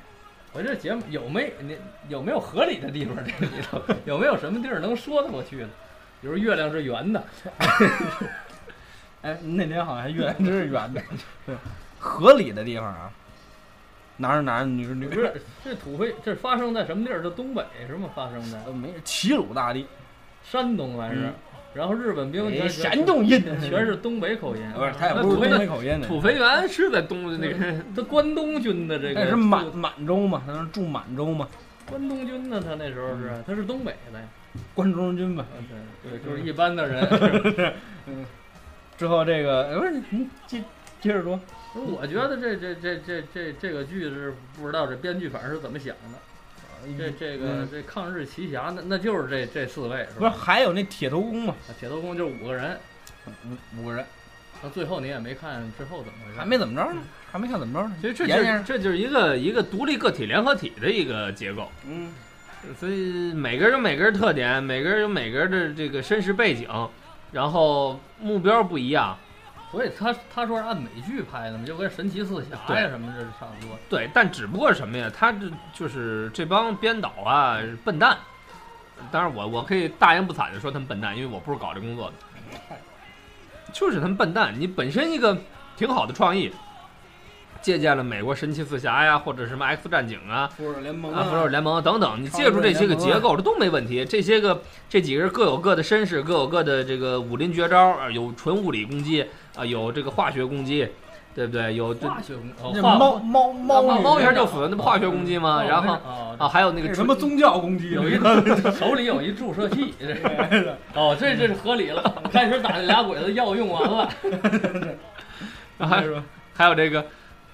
C: 我这节目有没你有没有合理的地方？这里头有没有什么地儿能说得过去的？比如月亮是圆的，
A: 哎，那天好像还越来真是圆的， (laughs) 对，合理的地方啊，哪儿哪儿女女
C: 不是这土匪这发生在什么地儿？这东北是吗？发生在
A: 呃没齐鲁大地，哎
C: 山东还
B: 嗯
C: 是？然后日本兵
B: 哎
C: 全
A: 山东音， (laughs)
C: 全是东北口音，
A: 不是他也不是东
B: 那土匪
C: (laughs)
A: 北口音的，
B: 土肥原是在东那个
C: 他关东军的这
A: 那
C: 个
A: 是满满洲嘛，他那住满洲嘛，
C: 关东军呢，他那时候
A: 嗯
C: 是他是东北的呀，
A: 关中军嘛。
C: 对，就是一般的人。
A: (laughs) 之后这个哎不是您接接着说，
C: 我觉得这这这这这这个剧是不知道这编剧反正是怎么想的，这这个
A: 嗯
C: 这抗日奇侠那那就是这这四位是
A: 不是
C: 吧？
A: 还有那铁头功嘛，
C: 铁头功就五个人，
A: 五五个人
C: 那最后你也没看之后怎么回事？
A: 还没怎么着呢，还没看怎么着呢，
B: 其实这就
A: 严先
B: 是
A: 生
B: 这就是一个一个独立个体联合体的一个结构，
A: 嗯。
B: 所以每个人有每个人特点，每个人有每个人的这个身世背景，然后目标不一样，
C: 所以他他说是按美剧拍的嘛，就跟神奇四侠呀
B: 对
C: 什么这是差不多。
B: 对，但只不过是什么呀？他这就是这帮编导啊，笨蛋。当然我，我可以大言不惭的说他们笨蛋，因为我不是搞这工作的，就是他们笨蛋。你本身一个挺好的创意，借鉴了美国神奇四侠呀，或者什么 X 战警啊，
A: 复仇者联盟
B: 啊，复仇者联盟等等，你
A: 超
B: 借助
A: 人
B: 这些个
A: 联盟啊
B: 结构，这都没问题。这些个这几个人各有各的身世，各有各的这个武林绝招啊，有纯物理攻击啊，有这个化学攻击，对不对？有这
C: 化学工哦
A: 那，
C: 化
A: 猫猫猫
C: 啊
A: 女
B: 猫一下
C: 人
B: 就死，那不化学攻击吗？然后
C: 后哦
B: 啊，还有那
A: 嗯哦那
B: 个
A: 个什么宗教攻击，
C: 有一
A: (laughs)
C: (laughs) 手里有一注射器， (laughs) 这是哦，这这是合理 (laughs) 了。开始打那俩鬼子药用完了，
B: 纯， (laughs) 还还有这个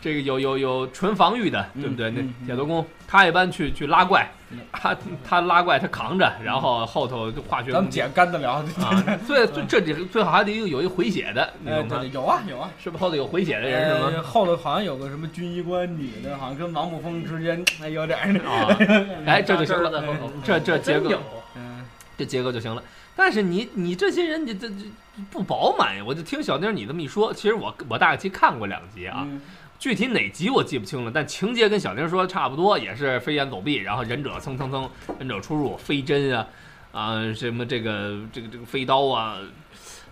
B: 这个有有有纯防御的，对不对？
A: 嗯
B: 那
A: 嗯
B: 铁头功他一般去去拉怪
A: 嗯，
B: (laughs) 他他拉怪他扛着，然后后头就化学
A: 咱
B: 攻
A: 们
B: 击
A: 姐干得了。
B: 啊，最最这里最好还得有有一回血的，你
A: 哎，
B: 懂
A: 对
B: 吗
A: 对，？有啊有啊。
B: 是不是后头有回血的人是吗？
A: 呃后头好像有个什么军医官女的，好像跟王沐风之间哎有点儿那。
B: (laughs)
A: (laughs)
B: 啊，
C: (laughs)
B: 哎，这就行了，
C: 在后头
B: 这这结
C: 真
B: 构
C: 有。啊
A: 嗯，
B: 这结构就行了。但是你你这些人你这这不饱满呀！我就听小丁你这么一说，其实我我大概其看过两集啊，
A: 嗯
B: 具体哪集我记不清了，但情节跟小丁说的差不多，也是飞檐走壁，然后忍者蹭蹭蹭，忍者出入，飞针啊啊什么这个这个这个飞刀啊，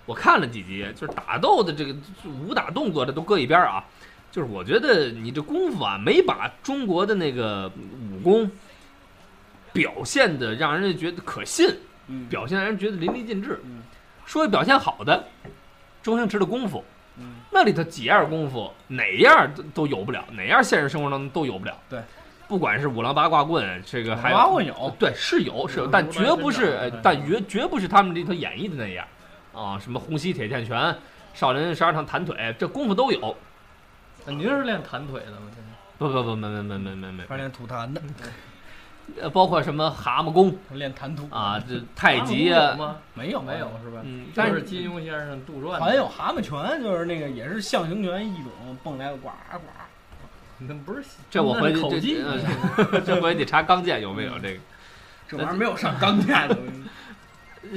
B: 我看了几集，就是打斗的这个武打动作这都搁一边儿啊，就是我觉得你这功夫啊，没把中国的那个武功表现的让人家觉得可信，
A: 嗯
B: 表现让人觉得淋漓尽致
A: 嗯。
B: 说表现好的，周星驰的功夫，
A: 嗯
B: 那里头几样功夫哪样都都有不了，哪样现实生活当中都有不了。
A: 对，
B: 不管是五郎八卦棍，这个还有哦
A: 八棍有，
B: 对，是有是有，
C: 嗯
B: 但
C: 如来
B: 绝
C: 神
B: 不
C: 掌
B: 是，呃
C: 对
B: 但绝绝不是他们里头演绎的那样啊，什么洪熙铁线拳、少林十二趟弹腿，这功夫都有。
C: 您是练弹腿的吗？现在
B: 不不不，没没没没没没
A: 他，练吐痰的，
B: 呃包括什么蛤蟆功
A: 他练弹吐，
B: 啊，这太极
C: 有
B: 啊，
C: 吗？
A: 没有
C: 没有，是吧？
B: 嗯，但
C: 但
B: 是
C: 是金庸先生杜撰的，
A: 还有蛤蟆拳，就是那个也是象形拳一种，蹦来个呱呱，
C: 那不是
B: 这我回去
C: 口技
B: 这，呃这回得查钢剑有没有这个。
A: 这玩意儿没有上钢架的，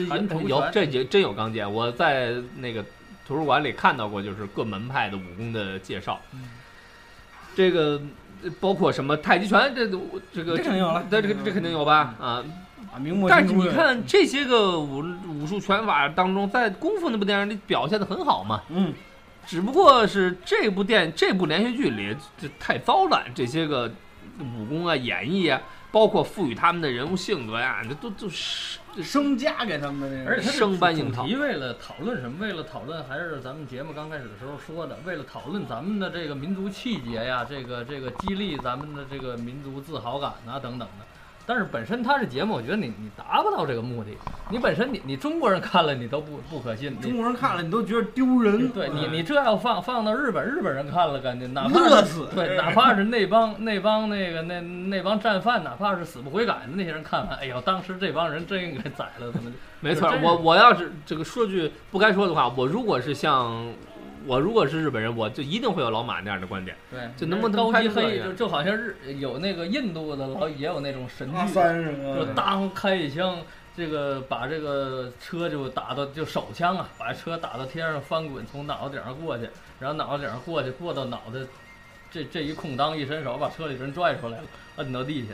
C: 韩
B: 有
C: 同
B: 啊有
C: 拳
B: 这有真有钢剑，我在那个图书馆里看到过，就是各门派的武功的介绍。
A: 嗯
B: 这个呃包括什么太极拳，这都这个
A: 这肯定有了
B: 这这个这肯定有吧？啊，
A: 啊，明末
B: 但是
A: 清
B: 你
A: 初
B: 看这些个武武术拳法当中，在功夫那部电影里表现的很好嘛，
A: 嗯，
B: 只不过是这部电这部连续剧里这太糟了，这些个武功啊、演绎啊，包括赋予他们的人物性格呀、这都都是
A: 生加给他们的那个，
C: 而且它
B: 生搬硬套
C: 主题为了讨论什么？为了讨论还是咱们节目刚开始的时候说的，为了讨论咱们的这个民族气节呀，这个这个激励咱们的这个民族自豪感呐、等等的。但是本身它是节目，我觉得你你达不到这个目的。你本身你你中国人看了你都不不可信，
A: (laughs) 中
C: 你
A: 国人看了你都觉得丢人，哎
C: 对你啊你这要放放到日本日本人看了，感觉哪怕
A: 乐
C: 是
A: 死，
C: 对，哪怕是那帮那帮那个那那帮战犯，哪怕是死不悔改的那些人看完，哎呦，当时这帮人真应该宰了，怎么就
B: 没错
C: 就，真是
B: 我我要是这个说句不该说的话，我如果是像我如果是日本人，我就一定会有老马那样的观点。
C: 对，
B: 就能不能
C: 高
B: 拍
C: 级
B: 出来
C: 黑，
B: 呀
C: 就就好像日有那个印度的，老也有那种神
A: 啊，
C: 剧，
A: 三十
C: 就
A: 个，
C: 当开一枪，这个把这个车就打到就手枪啊，把车打到天上翻滚，从脑袋顶上过去，然后脑袋顶上过去，过到脑袋这这一空当，一伸手把车里人拽出来了，摁到地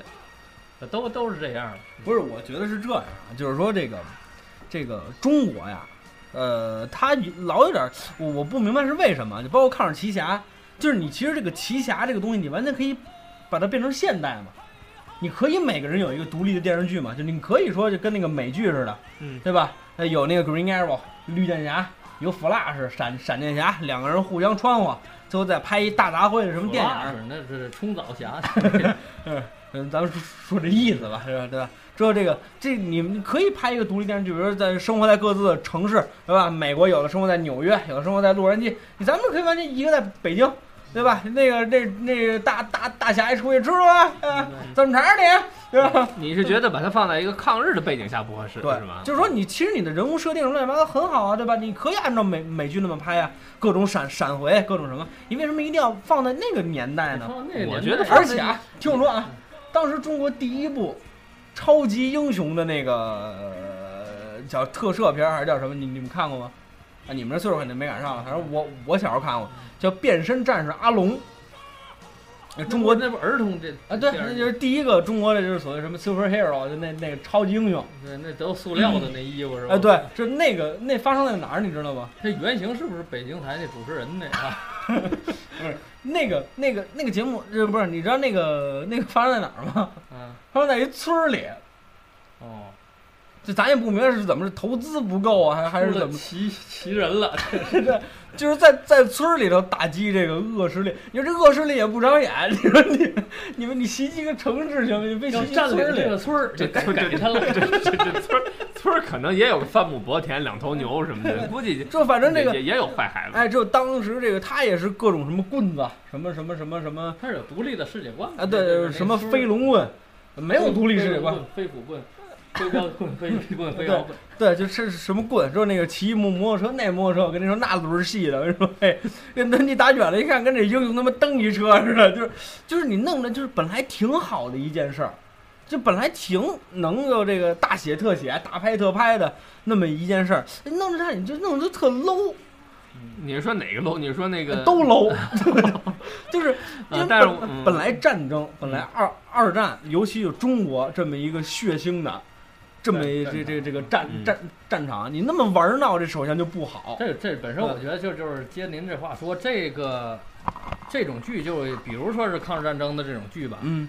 C: 下，都都是这样的。
A: 不是，我觉得是这样啊，就是说这个这个中国呀，呃，它老有点儿，我我不明白是为什么，就包括抗日奇侠，就是你其实这个奇侠这个东西，你完全可以把它变成现代嘛。你可以每个人有一个独立的电视剧嘛，就你可以说就跟那个美剧似的，
B: 嗯，
A: 对吧？那有那个 Green Arrow 绿箭侠，有 Flash 闪闪电侠，两个人互相穿和，最后再拍一大杂烩的什么电影儿，
C: 影？那是冲澡
A: (laughs)
C: 侠，
A: 嗯，咱们说说这意思吧，是吧？对吧？之后这个这你们可以拍一个独立电视剧，比如说在生活在各自的城市，对吧？美国有的生活在纽约，有的生活在洛杉矶，你咱们可以完全一个在北京，对吧？那个那那个大大大侠一出去，知道吗？啊，怎么着你？对吧？
B: 你是觉得把它放在一个抗日的背景下不合适，
A: 对
B: 是吗，？
A: 就是说你其实你的人物设定什么乱七八糟很好啊，对吧？你可以按照美美剧那么拍啊，各种闪闪回，各种什么，你为什么一定要放在那个年代呢？
B: 我觉得
A: (laughs) 而且
C: (laughs)
A: 啊，听我说啊，当时中国第一部超级英雄的那个、呃叫特摄片儿还是叫什么？你你们看过吗？啊，你们这岁数肯定没赶上了，反正我我小时候看过，叫《变身战士阿龙》。那中国
C: 那不儿童这
A: 啊，对，那就是第一个中国的，就是所谓什么 superhero，就那啊那个超级英雄。
C: 对，那都塑料的那衣服是吧？
A: 哎，，对，就那个那发生在哪儿，你知道吗？
C: 这原型是不是北京台那主持人那啊？
A: 那个那个那个节目，这不是你知道那个那个发生在哪儿吗？
C: 嗯，
A: (laughs) 发生在一村儿里，
C: 哦，
A: 这咱也不明白是怎么是投资不够啊，还还是怎么，
C: 骑骑人了？
A: 就是在在村儿里头打击这个恶势力。你说这恶势力也不长眼，你说你你们你袭击个城市行吗？你被袭
C: 要
A: 击
C: 占
A: 村
C: 领
A: 儿
C: 这
A: 里，
C: 个村儿，
B: 这这
C: 就该
B: 这这
C: 给他了。
B: (laughs)
C: (laughs)
B: 这这这村儿村儿可能也有个三亩薄田、两头牛什么的，估计
A: 就反正这个
B: 也也有坏孩子。
A: 哎，就当时这个他也是各种什么棍子，什么什么什么什么
C: 他是有独立的世界观
A: 啊，对，什么飞龙棍，没
C: 没
A: 有独立世界观，，
C: 飞虎棍、飞镖
A: (laughs)
C: 棍、飞皮棍、飞刀棍，
A: 对，就是什么棍，就是那个骑摩摩托车，那摩托车，我跟你说那轮儿细的，我跟你说，嘿，跟那你打远了一看，跟这英雄他妈蹬一车似的，就是就是你弄的，就是本来挺好的一件事儿，这本来挺能够这个大写特写、大拍特拍的那么一件事儿，弄得他你就弄得特 low，
B: 你是说哪个 low？你是说
A: (laughs)
B: 那个
A: 都 low，就是
C: 呃
A: 因
B: 啊
A: 为
B: 但是
A: 本
B: 我嗯
A: 本来战争，本来二二战，尤其有中国这么一个血腥的，这么一
C: 战
A: 这
C: 战
A: 这这个战
D: 嗯
A: 战战场，你那么玩闹，这首先就不好。
C: 这这本身我觉得就就是接您这话说，这个这种剧就比如说是抗日战争的这种剧吧，
A: 嗯，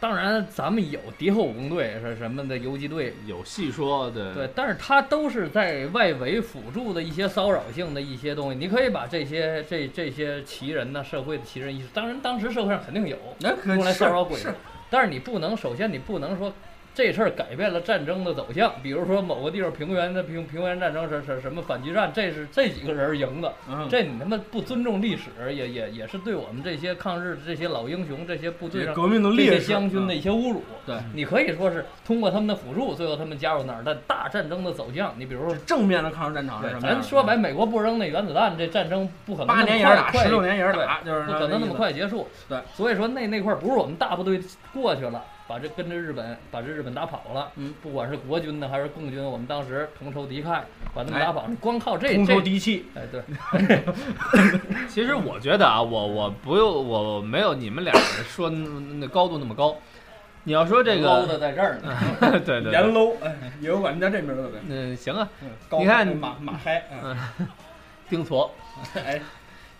C: 当然咱们有敌后武工队是什么的游击队，
B: 有戏说
A: 嗯
B: 的
C: 对，但是它都是在外围辅助的一些骚扰性的一些东西，你可以把这些这这些奇人呐、社会的奇人意识，当然当时社会上肯定有
A: 那可
C: 用来骚扰鬼
A: 是
C: 的，但是你不能，首先你不能说。这事儿改变了战争的走向，比如说某个地方平原的平平原战争是是什么反击战，这是这几个人赢的，
A: 嗯
C: 这你他妈不尊重历史，也也也是对我们这些抗日这些老英雄、这些部队上
A: 革命的
C: 这
A: 烈
C: 些
A: 士
C: 将军的
A: 嗯
C: 一些侮辱。
A: 对，
C: 你可以说是通过他们的辅助，最后他们加入那儿。但大战争的走向，你比如说，
A: 正面的抗日战场是什
C: 对
A: 么样的？
C: 咱说白，美国不扔那原子弹，这战争不可能
A: 八
C: 那
A: 年
C: 么
A: 也是打，
C: 快
A: 十六
C: 快，
A: 年也是打，就是
C: 不可能那么。快结束。
A: 对，
C: 所以说那那块儿不是我们大部队过去了，把这跟着日本把这日本打跑了。
A: 嗯，
C: 不管是国军的还是共军，我们当时同仇敌忾，把他们
A: 哎
C: 打跑了。光靠这
A: 同仇
C: 这，
A: 敌气，
C: 哎，对，
B: 其实我觉得啊，我我不用，我没有你们俩人说那高度那么高。你要说这
C: 搂
B: 个，
C: 的在这儿
A: 嗯
C: 呢。
B: (laughs) 对对
A: 严
B: 对，
A: low，哎，也有管人家这名儿特别。
B: 嗯，行啊，
A: 嗯高
B: 你看
A: 哎马马嗨，
C: (laughs)
A: 嗯
B: 丁矬，
A: 哎，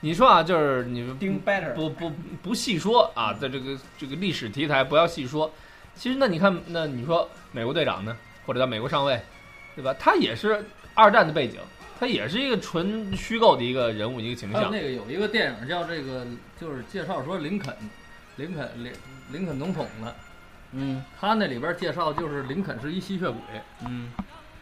B: 你说啊，就是你们
A: 丁 better，
B: 不不不细说啊，在这个这个历史题材不要细说。其实那你看，那你说美国队长呢，或者叫美国上尉，对吧？他也是二战的背景，他也是一个纯虚构的一个人物一个形
C: 还有
A: 啊
B: 象。
C: 那个有一个电影叫这个，就是介绍说林肯，林肯林林肯总统的，
A: 嗯
C: 他那里边介绍就是林肯是一吸血鬼，
A: 嗯，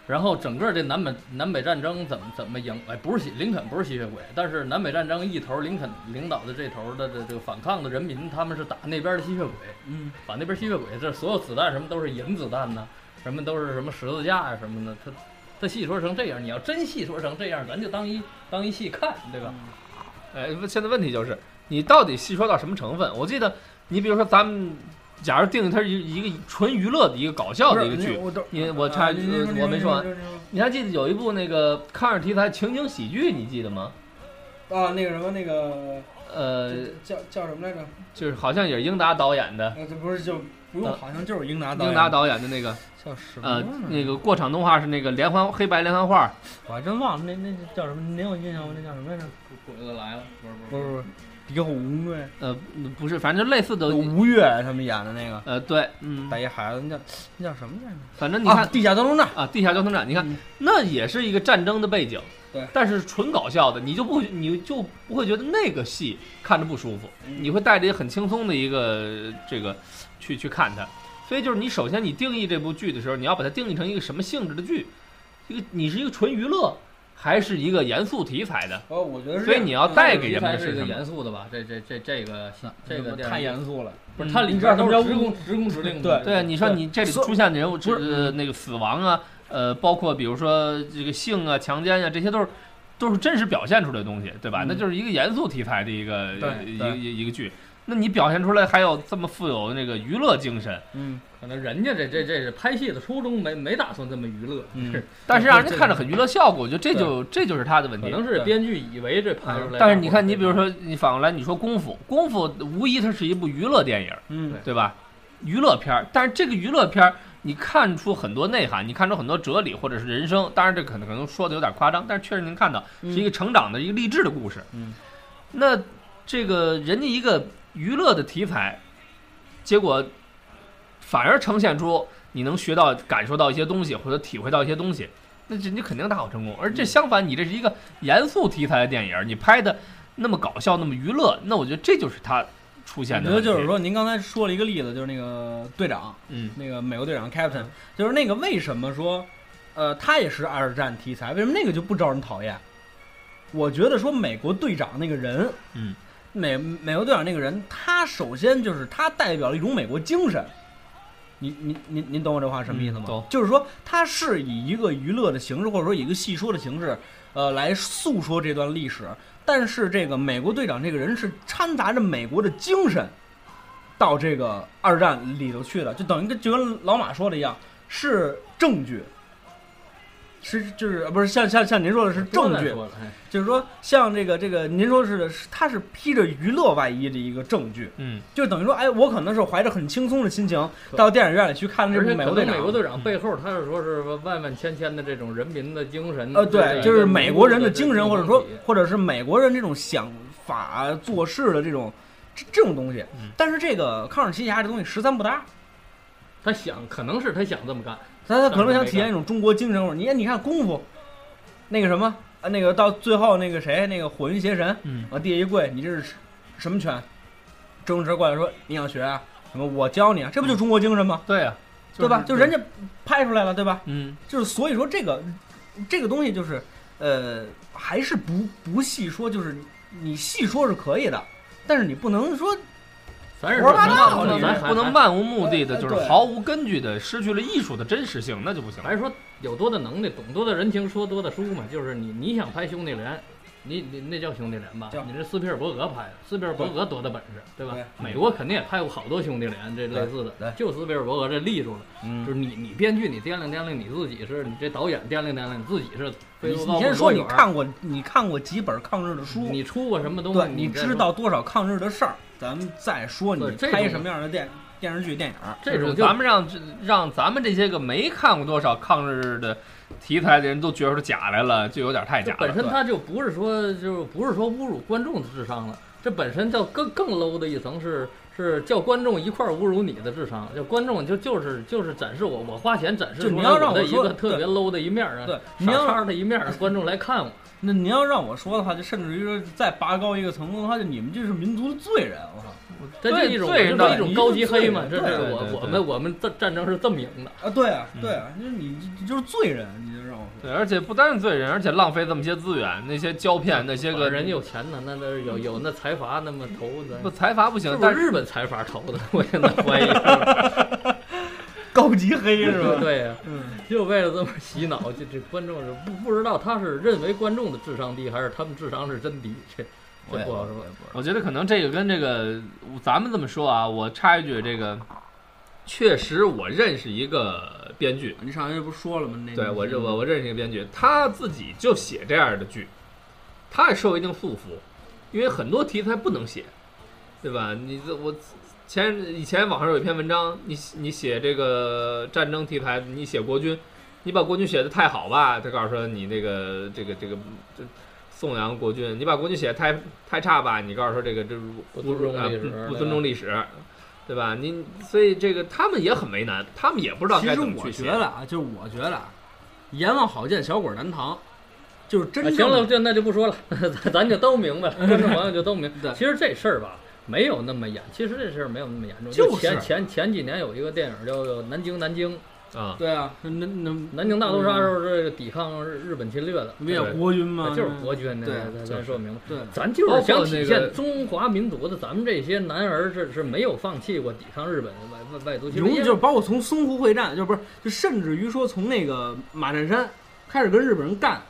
C: 然后整个这南北南北战争怎么怎么赢？哎，不是吸林肯不是吸血鬼，但是南北战争一头林肯领导的这头的这这个反抗的人民，他们是打那边的吸血鬼，
A: 嗯，
C: 把那边吸血鬼这所有子弹什么都是银子弹呐、什么都是什么十字架呀、什么的，他他细说成这样，你要真细说成这样，咱就当一当一戏看，对吧？
B: 哎，现在问题就是你到底细说到什么成分？我记得你比如说咱们，假如定它是一一个纯娱乐的一个搞笑的一个
A: 不是
B: 剧，
A: 我都
B: 你我插一句
A: 啊你
B: 我没说完
A: 你你你
B: 你还记得有一部那个抗日题材情景喜剧，你记得吗？
A: 啊，那个什么那个
B: 呃，
A: 叫叫什么来着？
B: 就是好像也是英达导演的，
A: 呃，这不是就不用，
B: 呃
A: 好像就是英达导演
B: 英达导演的那个
A: 叫什么
B: 呃
A: 来着？
B: 那个过场动画是那个连环黑白连环画，
A: 我还真忘了，那那那叫什么？您有印象吗？那叫什么来着？
C: 鬼子来了，不是不
A: 不是不是，敌后武工队，
B: 呃，不是，反正就类似的
A: 有，吴越他们演的那个，
B: 呃，对，嗯
A: 带，一孩子，那叫那叫什么来着？
B: 反正你看
A: 啊地下交通站，
B: 啊，地下交通站，你看
A: 嗯
B: 那也是一个战争的背景，
A: 对，
B: 但是纯搞笑的，你就不会，你就不会觉得那个戏看着不舒服，
A: 嗯
B: 你会带着一个很轻松的一个呃这个去去看它，所以就是你首先你定义这部剧的时候，你要把它定义成一个什么性质的剧，一个你是一个纯娱乐还是一个严肃题材的，
A: 哦，我觉得是这
B: 所
A: 样。
B: 以你要带给
C: 题
B: 人们
C: 材
B: 的是
C: 是一
B: 什
C: 个
B: 么？
C: 严肃的吧？这这这这个这个电影
A: 太严肃了，
C: 不是
B: 嗯
C: 它里边都
A: 你知道
C: 是
A: 什
C: 职
A: 么叫
C: 工职工指令
A: 对
C: 的，
B: 对，你说你这里
A: 所
B: 出现的人物，
A: 不是
B: 呃那个死亡啊，呃，包括比如说这个性啊、强奸啊，这些都是都是真实表现出来的东西，对吧？
A: 嗯
B: 那就是一个严肃题材的一个
A: 对
B: 一
A: 对
B: 个一个剧。那你表现出来还有这么富有那个娱乐精神，
A: 嗯，
C: 可能人家这这这是拍戏的初衷没没打算这么娱乐，
A: 嗯
B: 但是让人
C: 这
B: 看着很娱乐效果，我觉得这就这就是他的问
C: 可
B: 题。
C: 能是编剧以为这拍出
A: 嗯
C: 来。
B: 但是你看，你比如，说你反过来你说《功夫》，《功夫》无疑它是一部娱乐电影，
A: 嗯，
B: 对吧？娱乐片儿，但是这个娱乐片儿，你看出很多内涵，你看出很多哲理或者是人生。当然，这可能可能说的有点夸张，但是确实能看到是一个成长的一个励志的故事。
A: 嗯，
B: 那这个人家一个娱乐的题材，结果反而呈现出你能学到、感受到一些东西，或者体会到一些东西。那这你肯定大获成功，而
A: 嗯
B: 这相反，你这是一个严肃题材的电影，你拍的那么搞笑，那么娱乐，那我觉得这就是它出现
A: 我觉
B: 的。
A: 得就是，说，您刚才说了一个例子，就是那个队长，
B: 嗯，
A: 那个美国队长 Captain，就是那个为什么说，呃，他也是二战题材，为什么那个就不招人讨厌？我觉得说美国队长那个人，
B: 嗯，
A: 美美国队长那个人，他首先就是他代表了一种美国精神。您您您您懂我这话什么意思吗
B: 嗯？懂
A: 就是说，他是以一个娱乐的形式，或者说以一个戏说的形式，呃，来诉说这段历史。但是这个美国队长这个人是掺杂着美国的精神，到这个二战里头去的，就等于跟就跟老马说的一样，是证据，是就是呃不是像像像您说的是证据，
C: 说了哎
A: 就是说像这个这个您说是的是它是披着娱乐外衣的一个证据，
B: 嗯，
A: 就等于说哎，我可能是怀着很轻松的心情
C: 对
A: 到电影院里去看了这
C: 而
A: 部
C: 且
A: 《
C: 可
A: 美国
C: 能
A: 队长
C: 美》国队长
B: 嗯
C: 背后，他是说是万万千千的这种人民的精神。啊
A: 呃，
C: 这
A: 对，
C: 个
A: 就是
C: 人民
A: 美国人的精
C: 这
A: 神，
C: 个
A: 或者说
C: 整体
A: 或者是美国人这种想法做事的这种这这种东西
B: 嗯。
A: 但是这个《抗日奇侠》这东西十三不搭，
C: 他想，可能是他想这么干。
A: 他他
C: 但
A: 可能
C: 是
A: 想
C: 没
A: 体验
C: 干
A: 一种中国精神味儿。你看，你看功夫，那个什么，啊，那个到最后那个谁，那个火云邪神，
B: 嗯，
A: 往地下一跪，你这是什么拳？周星驰过来说你想学啊？什么我教你啊？这不就中国精神吗？
C: 对啊，
A: 对吧？就人家拍出来了，对吧？
B: 嗯，
A: 就是所以说这个这个东西就是呃，还是不不细说，就是你细说是可以的，但是你不能说
C: 咱是
A: 胡说八道
C: 咱
A: 你
C: 咱还
B: 不能漫无目的的，
A: 呃
B: 就是
A: 对
B: 毫无根据的，失去了艺术的真实性，那就不行
C: 还。是说有多大能耐，懂多大人情，说多大书嘛。就是你你想拍兄弟连，你你那叫兄弟连吧
A: 叫？
C: 你这斯皮尔伯格拍的，斯皮尔伯格多大本事，对吧
A: 对？
C: 美国肯定也拍过好多兄弟连这类似
A: 对
C: 的，就斯皮尔伯格这立住了。
A: 嗯
C: 就是你你编剧你掂量掂量你自己是，你这导演掂量掂量你自己是
A: 你
C: 飞多高
A: 你先
C: 不
A: 说
C: 多
A: 你
C: 远儿
A: 看过你看过几本抗日的书，
C: 你出过什么东西
A: 对，你
C: 再说
A: 知道多少抗日的事儿，咱们再说你
C: 对这
A: 拍
C: 种
A: 什么样的电电视剧、电影儿。
C: 这种
B: 就是
C: 就
B: 咱们让让咱们这些个没看过多少抗日的题材的人都觉出假来了，就有点太
C: 这
B: 假
C: 本
B: 了。
C: 身它就不是说就是不是说侮辱观众的智商了，这本身叫更更 low 的一层是是叫观众一块儿侮辱你的智商，叫观众就就是就是展示我我花钱展示
A: 就
C: 出
A: 你
C: 来
A: 要让
C: 我的
A: 我
C: 一
A: 说
C: 个特别 low 的一面儿啊，
A: 对，你
C: 傻
A: 要
C: 叉的一面儿，观众来看我，
A: 那你要让我说的话，就甚至于说再拔高一个层次的话，就你们这是民族的罪人，我操！
C: 这就
B: 对
C: 一种
B: 罪
C: 这
B: 人
C: 就是
B: 的
C: 一种高级黑嘛，
A: 对
C: 这是
B: 对对
C: 我我
B: 对
C: 们我们战战争是这么赢的，
A: 啊，对啊，
B: 嗯
A: 对啊，就是你你就是罪人，你就让我说。
B: 对，而且不单是罪人，而且浪费这么些资源，那些胶片，那些
C: 这
B: 个
C: 啊个人有钱呢，那那有有那财阀那么投
B: 不
C: 的，
B: 财阀不行
C: 是，不
B: 但
C: 是
B: 是
C: 日本财阀投的？ (laughs) 我现在怀疑是
A: 高级黑是吧？
C: 吧，对呀。
A: 嗯，
C: 就为了这么洗脑，这这观众是不不知道他是认为观众的智商低，还是他们智商是真低，这这不好说。
B: 我觉得可能这个跟这个咱们这么说啊，我插一句，这个确实我认识一个编剧，
F: 你上回不是说了吗？
C: 嗯
F: 那
B: 对我认我我认识一个编剧，他自己就写这样的剧，他也受一定束缚，因为很多题材不能写，对吧？你这我前以前网上有一篇文章，你你写这个战争题材，你写国军，你把国军写的太好吧，他告诉说你那个这个这个这颂扬国军，你把国军写的太太差吧，你告诉说这个这
C: 不尊重
B: 啊
C: 历史
B: 不不
C: 对
B: 尊
C: 吧
B: 重历史。对吧？您所以这个他们也很为难，他们也不知道
F: 其
B: 该
F: 实
B: 怎么去
F: 我
B: 写
F: 觉。得啊，就是我觉得啊，阎王好见小鬼难逃，就是真
C: 啊
F: 正
C: 行了，就那就不说了， (laughs) 咱咱就都明白了，观众朋友就都明白。
F: 对
C: 其实这事儿吧，没有那么严，其实这事儿没有那么严重。
F: 就是
C: 前前前几年有一个电影叫《南京南京》，
B: 啊，
F: 对啊，那那
C: 南京大屠杀时候是抵抗日日本侵略的，
F: 不也国军吗？
C: 哎就是
A: 嗯
C: 国军的，
F: 对
B: 就
C: 咱咱
B: 是
C: 说明白。
F: 对，
C: 咱就是想体
B: 包括那个
C: 现中华民族的，咱们这些男儿是是没有放弃过抵抗日本的外外外族侵
F: 尤
C: 略。
F: 其就是包括从淞沪会战，就不是就甚至于说从那个马占山开始跟日本人干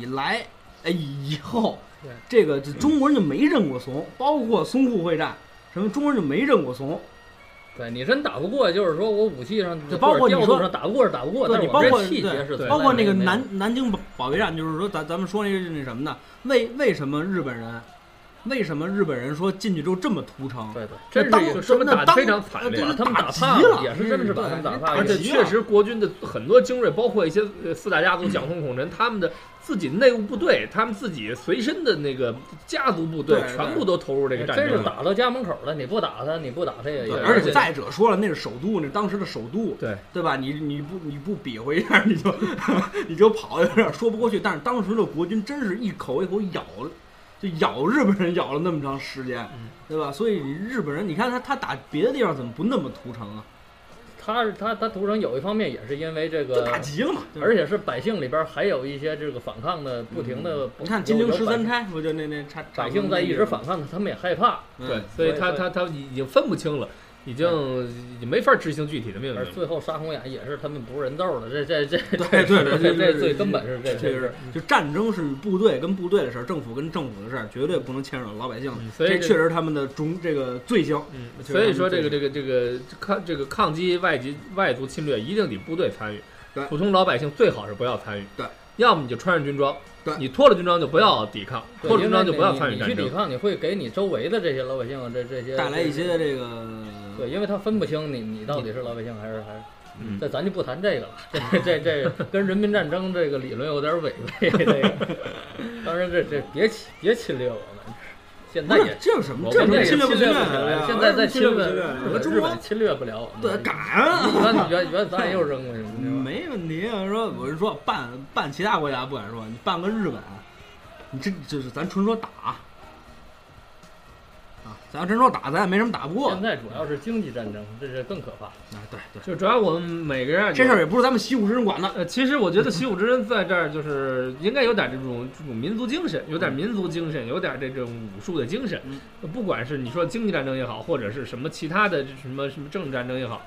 F: 以来，哎以后
C: 对，
F: 这个这中国人就没认过怂，包括淞沪会战，什么中国人就没认过怂，
C: 对你真打不过，就是说我武器上
F: 就包括你
C: 调
F: 说
C: 度上打不过是打不过，
F: 对
C: 但是
F: 你
C: 我们
F: 包括
C: 这气节是
B: 对
C: 从
F: 包括
C: 来没
F: 那个
C: 没有
F: 南南京保保卫战，就是说咱咱们说那个那什么呢？为为什么日本人，为什么日本人说进去之后这么屠城？
C: 对对，
F: 那
C: 真
F: 当
C: 是
B: 就他们
F: 那
B: 打得
F: 当
B: 非常惨
F: 呃
B: 烈啊
F: 这
C: 把
F: 是
C: 他们
F: 打急
C: 打怕了
F: 了，嗯
C: 也是真是把他们打怕了
B: 而且
F: 急
B: 确
F: 了
B: 实，国军的很多精锐，包括一些呃四大家族，蒋宋孔陈，他们的自己内务部队，他们自己随身的那个家族部队
F: 对，对
B: 全部都投入这个战
C: 哎真是
B: 争了。
C: 打到家门口了，你不打他，你不打他也也
F: 对，
B: 对
F: 而
B: 而
F: 且
B: 且
F: 再者说了，那是首都，那是当时的首都，
B: 对
F: 对吧？你你不你不比划一下，你就 (laughs) 你就跑，有点说不过去。但是当时的国军真是一口一口咬，就咬日本人咬了那么长时间
B: 嗯，
F: 对吧？所以你日本人，你看他他打别的地方怎么不那么屠城啊？
C: 他是他他屠城有一方面也是因为这
F: 就
C: 个
F: 打。急了嘛。对吧
C: 而且是百姓里边还有一些这个反抗的，不停的。
F: 嗯你看金陵
C: 有有
F: 十
C: 百
F: 三钗，不就那那差
C: 百姓在一直，反抗，他们也害怕。
F: 差不多那意思
B: 对
F: 嗯，
B: 所以他
C: 对
B: 他他已经分不清了。已经也没法执行具体的命
C: 而
B: 令。
C: 最后杀红眼也是他们不是人斗的，这这这
A: 对对对，
C: (laughs) 这
A: 这
C: 这最根本是这
A: 这是就战争是部队跟部队的事儿，政府跟政府的事儿，绝对不能牵扯到老百姓。
B: 所
A: 这
B: 以
A: 确实是他们的中这个罪行。
B: 嗯，
A: 就是
B: 所以
A: 他们
B: 说这
A: 自
B: 个
A: 己
B: 这个这个抗这个抗击外籍外族侵略，一定得部队参与
A: 对，
B: 普通老百姓最好是不要参与。
A: 对，
B: 要么你就穿上军装，
A: 对
B: 你脱了军装就不要抵抗，
C: 对
B: 脱了军
C: 因
B: 装
C: 为
B: 就
C: 你
B: 不要参与
C: 你
B: 战
C: 去抵
B: 争。
C: 抗，你会给你周围的这些老百姓这这些
A: 带来一些这个
C: 对，因为他分不清你你到底是老百姓还是还是。
B: 嗯
C: 这咱就不谈这个了，这这
A: (laughs)
C: 这跟人民战争这个理论有点违背。这个，当然这这别侵别侵略我们，现
A: 不
C: 在
A: 是
C: 也
A: 这有什么
C: 我
A: 这
C: 们
A: 有
C: 也
A: 什
C: 侵
A: 么
C: 不
A: 侵略啊
C: 起来，
A: 呀？
C: 现在在
A: 侵
C: 侵
A: 不
C: 略
A: 侵略呀？
C: 日
A: 我
C: 本，
A: 中
C: 日
A: 国
C: 本侵略不了我们。
A: 对敢啊！
C: 原原原子弹又扔过去了，你知道吗
A: 没问题啊，说我是说办办其他国家不敢说，你办个日本，你这就是咱纯说打啊，咱要真说打，咱也没什么打不过的
C: 现在主要是经济战争，这是更可怕。
A: 啊。对对，
B: 就主要我们每个人啊
A: 这事儿也不是咱们习武之人管的，
B: 呃，其实我觉得习武之人在这儿就是应该有点这种这种民族精神，
A: 嗯
B: 有点民族精神，有点这种武术的精神。不管是你说经济战争也好，或者是什么其他的什么什么政治战争也好，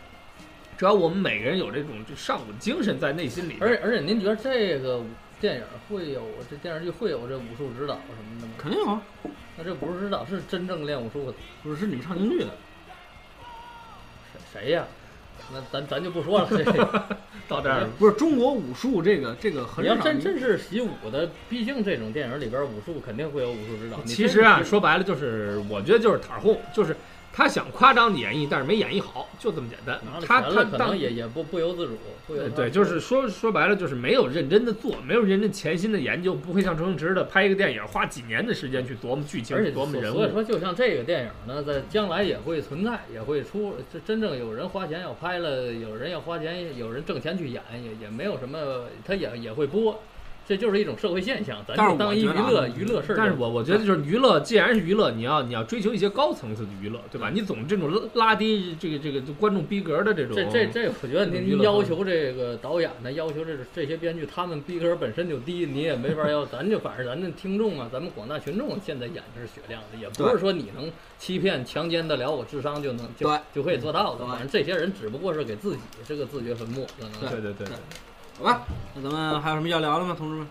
B: 只要我们每个人有这种就尚武精神在内心里，
C: 而且而且，您觉得这个电影会有这电视剧会有这武术指导什么的吗？
A: 肯定有啊，
C: 那这不是指导，是真正练武术的
A: 不是是你们上京剧的，
C: 谁谁呀？那咱咱就不说了。这
B: 到这儿
A: 不是中国武术这个这个很
C: 你要
A: 少
C: 真真是习武的，毕竟这种电影里边武术肯定会有武术指导。你
B: 其实啊，
C: 真是
B: 说白了就是，我觉得就是塔哄，就是他想夸张的演绎，但是没演绎好，就这么简单
C: 拿。了
B: 他
C: 钱
B: 他
C: 了，可
B: 当
C: 能也也不不由自主，不由
B: 呃
C: 他
B: 对，就是说说白了，就是没有认真的做，没有认真潜心的研究，不会像周星驰的拍一个电影花几年的时间去琢磨剧情
C: 而且，
B: 琢磨
C: 所
B: 人
C: 所以
B: 物。
C: 说，就像这个电影呢，在将来也会存在，也会出。这真正有人花钱要拍了，有人要花钱，有人挣钱去演，也也没有什么，他也也会播。这就是一种社会现象，咱
A: 但是
C: 就
A: 我
C: 当一娱
A: 觉得啊
C: 乐娱乐事儿。
B: 但是我我觉
C: 啊
B: 得就是娱乐，既然是娱乐，你要你要追求一些高层次的娱乐，对
C: 嗯
B: 吧？你总这种拉拉低这个这个就观众逼格的这种，
C: 这这这，我觉得
B: 娱乐
C: 您
B: 方
C: 啊要求这个导演呢，要求这这些编剧，他们逼格本身就低，你也没法要。咱就反正咱这听众啊，咱们广大群众现在眼睛是雪亮的，也不
A: 对
C: 是说你能欺骗、强奸得了我智商就能就
A: 对嗯
C: 就可以做到的。
A: 对
C: 反正这些人只不过是给自己这个自掘坟墓，可能。
B: 对对对，
A: 好吧？那咱们还有什么要聊的吗，同志们？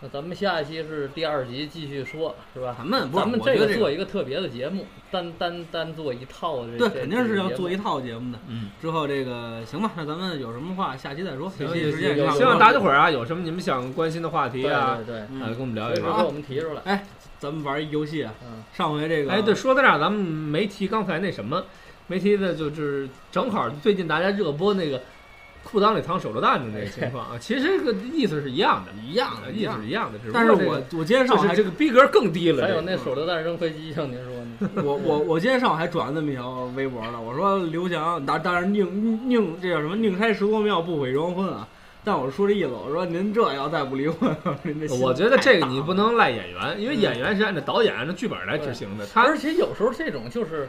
C: 那咱们下一期是第二集继续说，是吧？
A: 咱们不是，
C: 咱们
A: 我觉得
C: 个
A: 这
C: 做
A: 个
C: 一个特别的节目，单单单做一套这
A: 对，
C: 这
A: 肯定是
C: 这
A: 要
C: 节
A: 做
C: 目
A: 一套节目的。
B: 嗯。
A: 之后这个行吧，那咱们有什么话下期再说，这期时间也
C: 有
A: 差不
B: 希
A: 多
B: 望
A: 了
B: 大家伙儿啊，有什么你们想关心的话题
C: 对
B: 啊，
C: 对对，
A: 嗯
B: 啊，跟我们聊
C: 所以
B: 一
C: 说
B: 聊。
C: 给我们提出来。
A: 哎，咱们玩一游戏啊，
C: 嗯，
A: 上回这个
B: 哎，对，说到这儿，咱们没提刚才那什么，没提的就是正好最近大家热播那个裤裆里藏手榴弹的那个
A: (laughs)
B: 情况啊，其实这个意思是一样的，
A: 一样的，
B: 啊
A: 一
B: 意思
A: 样
B: 是
A: 的。
B: 一样的，只不过
A: 但是
B: 这个
A: 我我今天上午
B: 就是
A: 还
B: 这个逼格更低了。
C: 还有
B: 这个
C: 那手榴弹扔飞机，像您说呢？
A: 我我我今天上午还转了那么一条微博呢，我说刘翔，当当然宁宁这叫什么宁拆十座庙不毁装婚啊，但我说这意思，我说您这要再不离婚，您这心嗯
B: 我觉得这个你不能赖演员，因为演员是按照导演、按照剧本来执行的。他
C: 而且有时候这种就是，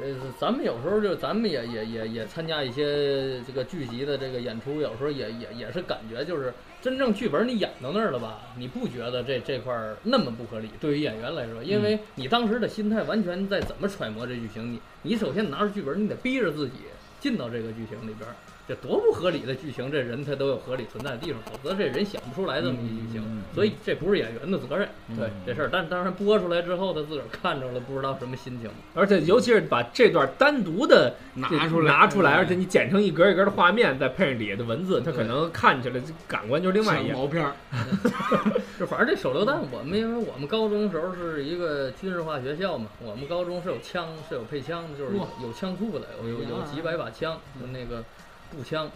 C: 呃，咱们有时候就咱们也也也也参加一些这个剧集的这个演出，有时候也也也是感觉就是真正剧本你演到那儿了吧，你不觉得这这块儿那么不合理？对于演员来说，因为你当时的心态完全在怎么揣摩这剧情，你你首先拿着剧本，你得逼着自己进到这个剧情里边儿。这多不合理的剧情，这人他都有合理存在的地方，否则这人想不出来这么一剧情，嗯所
A: 嗯
C: 以这不是演员的责任。对这事儿，但当然播出来之后，他自个儿看着了，不知道什么心情。
B: 而且尤其是把这段单独的
A: 拿出来嗯
B: 拿出来，而且你剪成一格一格的画面，再配上底下的文字，他可能看起来就感官就是另外
A: 像
B: 一样。
A: 嗯毛片儿，
C: 就反正这手榴弹，我们因为我们高中时候是一个军事化学校嘛，我们高中是有枪，是有配枪的，就是有有枪库的，
A: 哎
C: 有有有几百把枪，就那个步枪。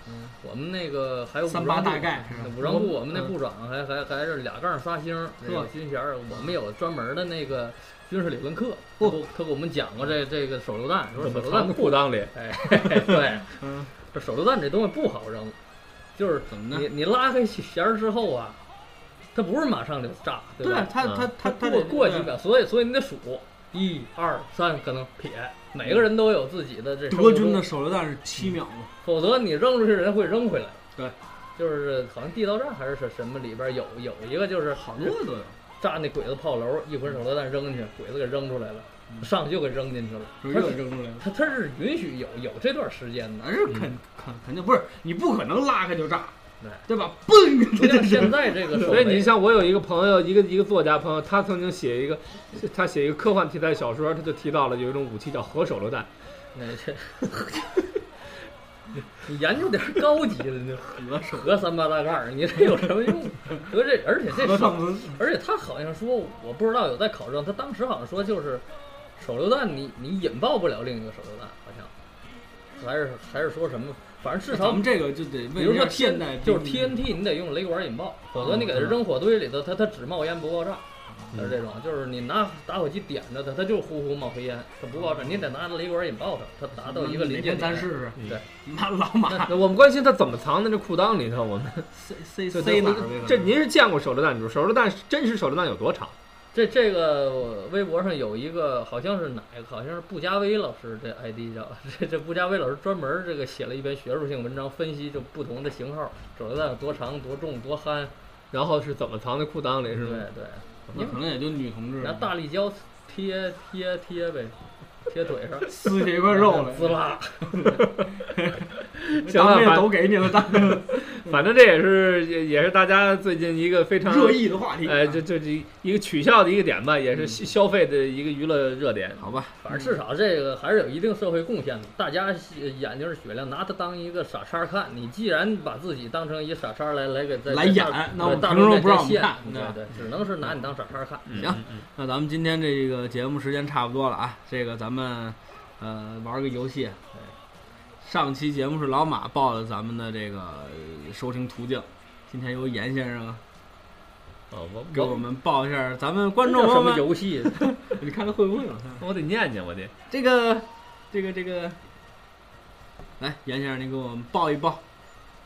C: 我们那个还有
A: 嗯三
C: 武
A: 八
C: 装
A: 大
C: 部，
A: 概是吧嗯
C: 武装部我们那部长还还还是俩杠仨星，
A: 是吧
C: 有军衔儿。我们有专门的那个军事理论课，他给他给我们讲过这这个手榴弹，说
B: 怎么
C: 手榴
B: 藏
C: 弹
B: 在裤裆里？
C: 哎，对，
B: 嗯
C: 这手榴弹这东西不好扔，就是
A: 怎么呢？
C: 你你拉开弦儿之后啊，它不是马上就炸，
A: 对啊
C: 吧？
A: 他他他他
C: 过
A: 得啊
C: 过几秒，所以所以你得数一二三，可能撇，每个人都有自己的这
A: 德军
C: 生
A: 的
C: 物钟，
A: 手榴弹是七秒嘛，
C: 否则你扔出去人会扔回来。
A: 对，
C: 就是好像地道战还是什什么里边有有一个就是好
A: 好多都有。
C: 炸那鬼子炮楼，一捆手榴弹扔进去，鬼子给扔出来了，
A: 嗯
C: 上去又给扔进去了。
A: 就又扔出来了。
C: 他他是允许有有这段时间
A: (laughs)
C: 的，
A: 那是肯肯肯定不是，你不可能拉开就炸
C: 嗯对，
A: 对吧？嘣，
C: 不像现在这个手
B: 所以你
C: 雷。
B: 像我有一个朋友，一个一个作家朋友，他曾经写一个，他写一个科幻题材小说，他就提到了有一种武器叫核手榴弹。
C: 那这， (laughs) 你研究点高级的，那
A: 合手
C: 核三八大盖儿，你这有什么用？ (laughs) 得这，而且这
A: 合
C: 手
A: 上门，
C: (laughs) 而且他好像说，我不知道有在考证，他当时好像说就是手榴弹你，你引爆不了另一个手榴弹，好像还是还是说什么，反正至
A: 咱
C: 少
A: 们这个就得
C: 比
A: 问
C: 如
A: 一
C: 说
A: 下现代兵，
C: 就是 TNT，你得用雷管引爆，否则你
B: 嗯
C: 给它扔火堆里头，它它只冒烟不爆炸。它是这种，就是你拿打火机点着它，它就呼呼冒黑烟，它不爆炸。你得拿雷管引爆它，它达到一个临
A: 哪嗯
C: 界
A: 天咱
C: 点。
A: 试试，
C: 对，
A: 妈老马
B: 我们关心他怎么藏在这裤裆里头。我们
A: 塞塞
B: (laughs) 这
A: 塞哪儿去了
B: 这您是见过手榴弹你知道手榴弹真实手榴弹有多长？
C: 这这个我微博上有一个，好像是哪个，好像是布加威老师这 ID 叫 (laughs) 这这布加威老师专门儿这个写了一篇学术性文章，分析就不同的型号手榴弹有多长、多重、多憨，
B: 然后是怎么藏在裤裆里
C: 对
B: 是吗？
C: 对，
A: 那可能也就女同志
C: 拿大力胶贴贴贴呗，贴腿上
A: 撕下一块肉
C: (laughs) 滋
A: 来，
C: 啦，
B: 行了
A: 咱们也
B: 反
A: 都给你了，大
C: (laughs)
A: 哥
B: 反正这也是也也是大家最近一个非常
A: 热议的话题，
C: 哎
B: 呃，这这这一个取笑的一个点吧，也是消消费的一个娱乐热点。
A: 嗯好吧，
C: 反正至少这个还是有一定社会贡献的。大家眼睛是雪亮，拿它当一个傻叉看。你既然把自己当成一傻叉来来给在
A: 来
C: 在
A: 演
C: 大
A: 那我们
C: 大
A: 凭
C: 众
A: 什么
C: 面
A: 不让
C: 前
A: 我们看
C: 现
A: 对吧
C: 对对，只能是拿你当傻叉看。
B: 嗯
A: 行，那咱们今天这个节目时间差不多了啊，这个咱们呃玩个游戏。上期节目是老马报了咱们的这个呃收听途径，今天由严先生啊
B: 哦，我
A: 给我们报一下咱们观众朋
C: 这叫什
A: 友
C: 么
A: 们，
C: 游戏？
A: 你看他会不会了？
B: 我得念念，我得
A: 这个这个这个，来严先生，你给我们报一报，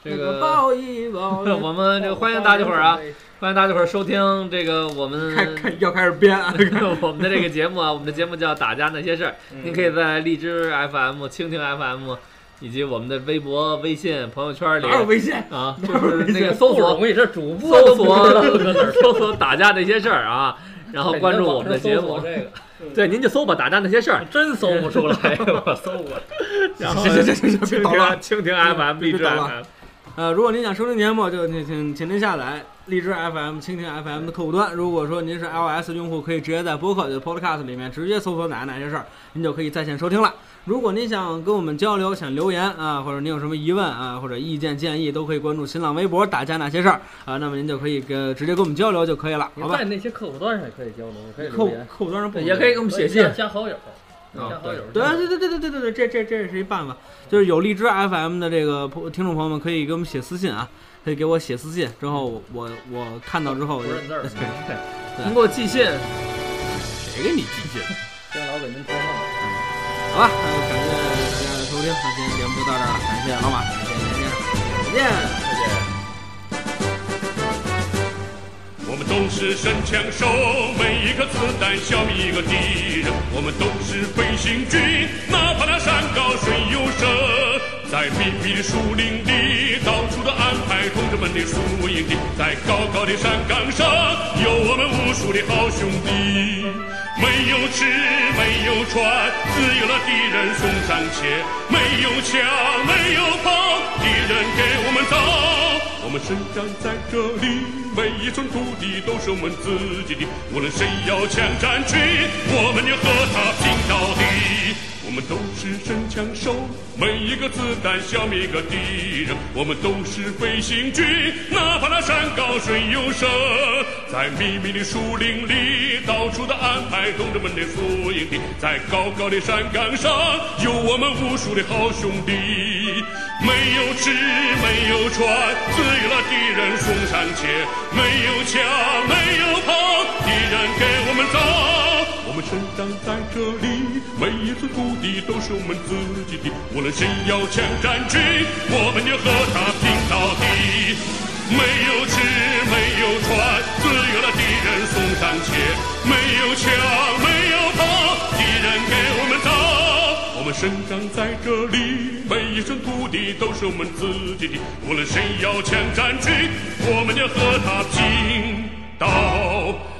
B: 这
A: 个
B: 个。
A: 报一报，
B: (laughs) 我们这个欢迎大家伙儿啊，欢迎大家伙儿收听这个我
A: (laughs) (laughs) 开
B: 们
A: 开要开始编 (laughs) 啊，
B: (laughs) 我们的这个节目啊，我们的节目叫《打架那些事儿》，您可以在荔枝 FM、蜻蜓 FM 以及我们的微博、微信、朋友圈里
A: 哪有微信？
B: 啊，
A: 哪有
B: 就是
A: 微
B: 那个
A: 信？
C: (laughs)
B: 搜
C: 不
B: 索
C: 容易，这主播
B: 搜
C: 都不知道
B: 索 (laughs)
C: 搁哪儿
B: 搜索“打架那些事儿”啊，然后关注我们的节目
C: 搜索。这个
B: 对，您就搜吧，“打架那些事儿
C: 真搜
B: (laughs)
C: 不出来， (laughs) 我搜过。”，
B: 然后
A: 行行行行别
B: 蜻
A: 捣
B: 蜓
A: 乱
B: (laughs) 蜻蜓 FM、
A: 别
B: 荔枝
A: 捣乱
B: FM。
A: 呃，如果您想收听节目，就请请请您下载荔枝 FM、蜻蜓 FM 的客户端。如果说您是 iOS 用户，可以直接在播客就 Podcast 里面直接搜索“哪哪些事儿”，您就可以在线收听了。如果您想跟我们交流、想留言啊，或者您有什么疑问啊，或者意见建议，都可以关注新浪微博“打架那些事儿”啊，那么您就可以跟直接跟我们交流就可以了，好
C: 你
A: 吧
C: 在？那些客户端上也可以交流，可以
A: 客
C: 留
A: 户
C: 言，
A: 客户端上不
B: 也可以给我们写信
C: 加，加好友，加好友。
A: 对啊对对对对对对对，这这这是一办法，就是有荔枝 FM 的这个朋听众朋友们可以给我们写私信啊，可以给我写私信，之后我我我看到之后我
C: 不
A: 就
C: 认字儿，
B: 您给我寄信。嗯谁给你寄信？
C: (laughs) 这老给您托梦。
A: 好吧，那感谢大家的收听，那今天节目就到这儿了，感谢老马，感谢连先生，再见。
G: 我们都是神枪手，每一颗子弹消灭一个敌人。我们都是飞行军，哪怕那山高水又深。在密密的树林里，到处的安排同志们的输赢地。在高高的山岗上，有我们无数的好兄弟。没有吃，没有穿，自由了敌人送上前。没有枪，没有炮，敌人给我们造。我们生长在这里，每一寸土地都是我们自己的。无论谁要抢占去，我们要和他拼到底。我们都是神枪手，每一个子弹消灭一个敌人。我们都是飞行军，哪怕那山高水又深，在密密的树林里，到处的安排同志们的宿营地。在高高的山岗上，有我们无数的好兄弟。没有吃，没有穿，自由了敌人送上前；没有枪，没有炮，敌人给我们造。我们生长在这里，每一寸土地都是我们自己的。无论谁要抢占据，我们要和他拼到底。没有吃，没有穿，自由了敌人送上前；没有枪，没有炮，敌人给我们造。我们生长在这里，每一寸土地都是我们自己的。无论谁要抢占据，我们要和他拼到。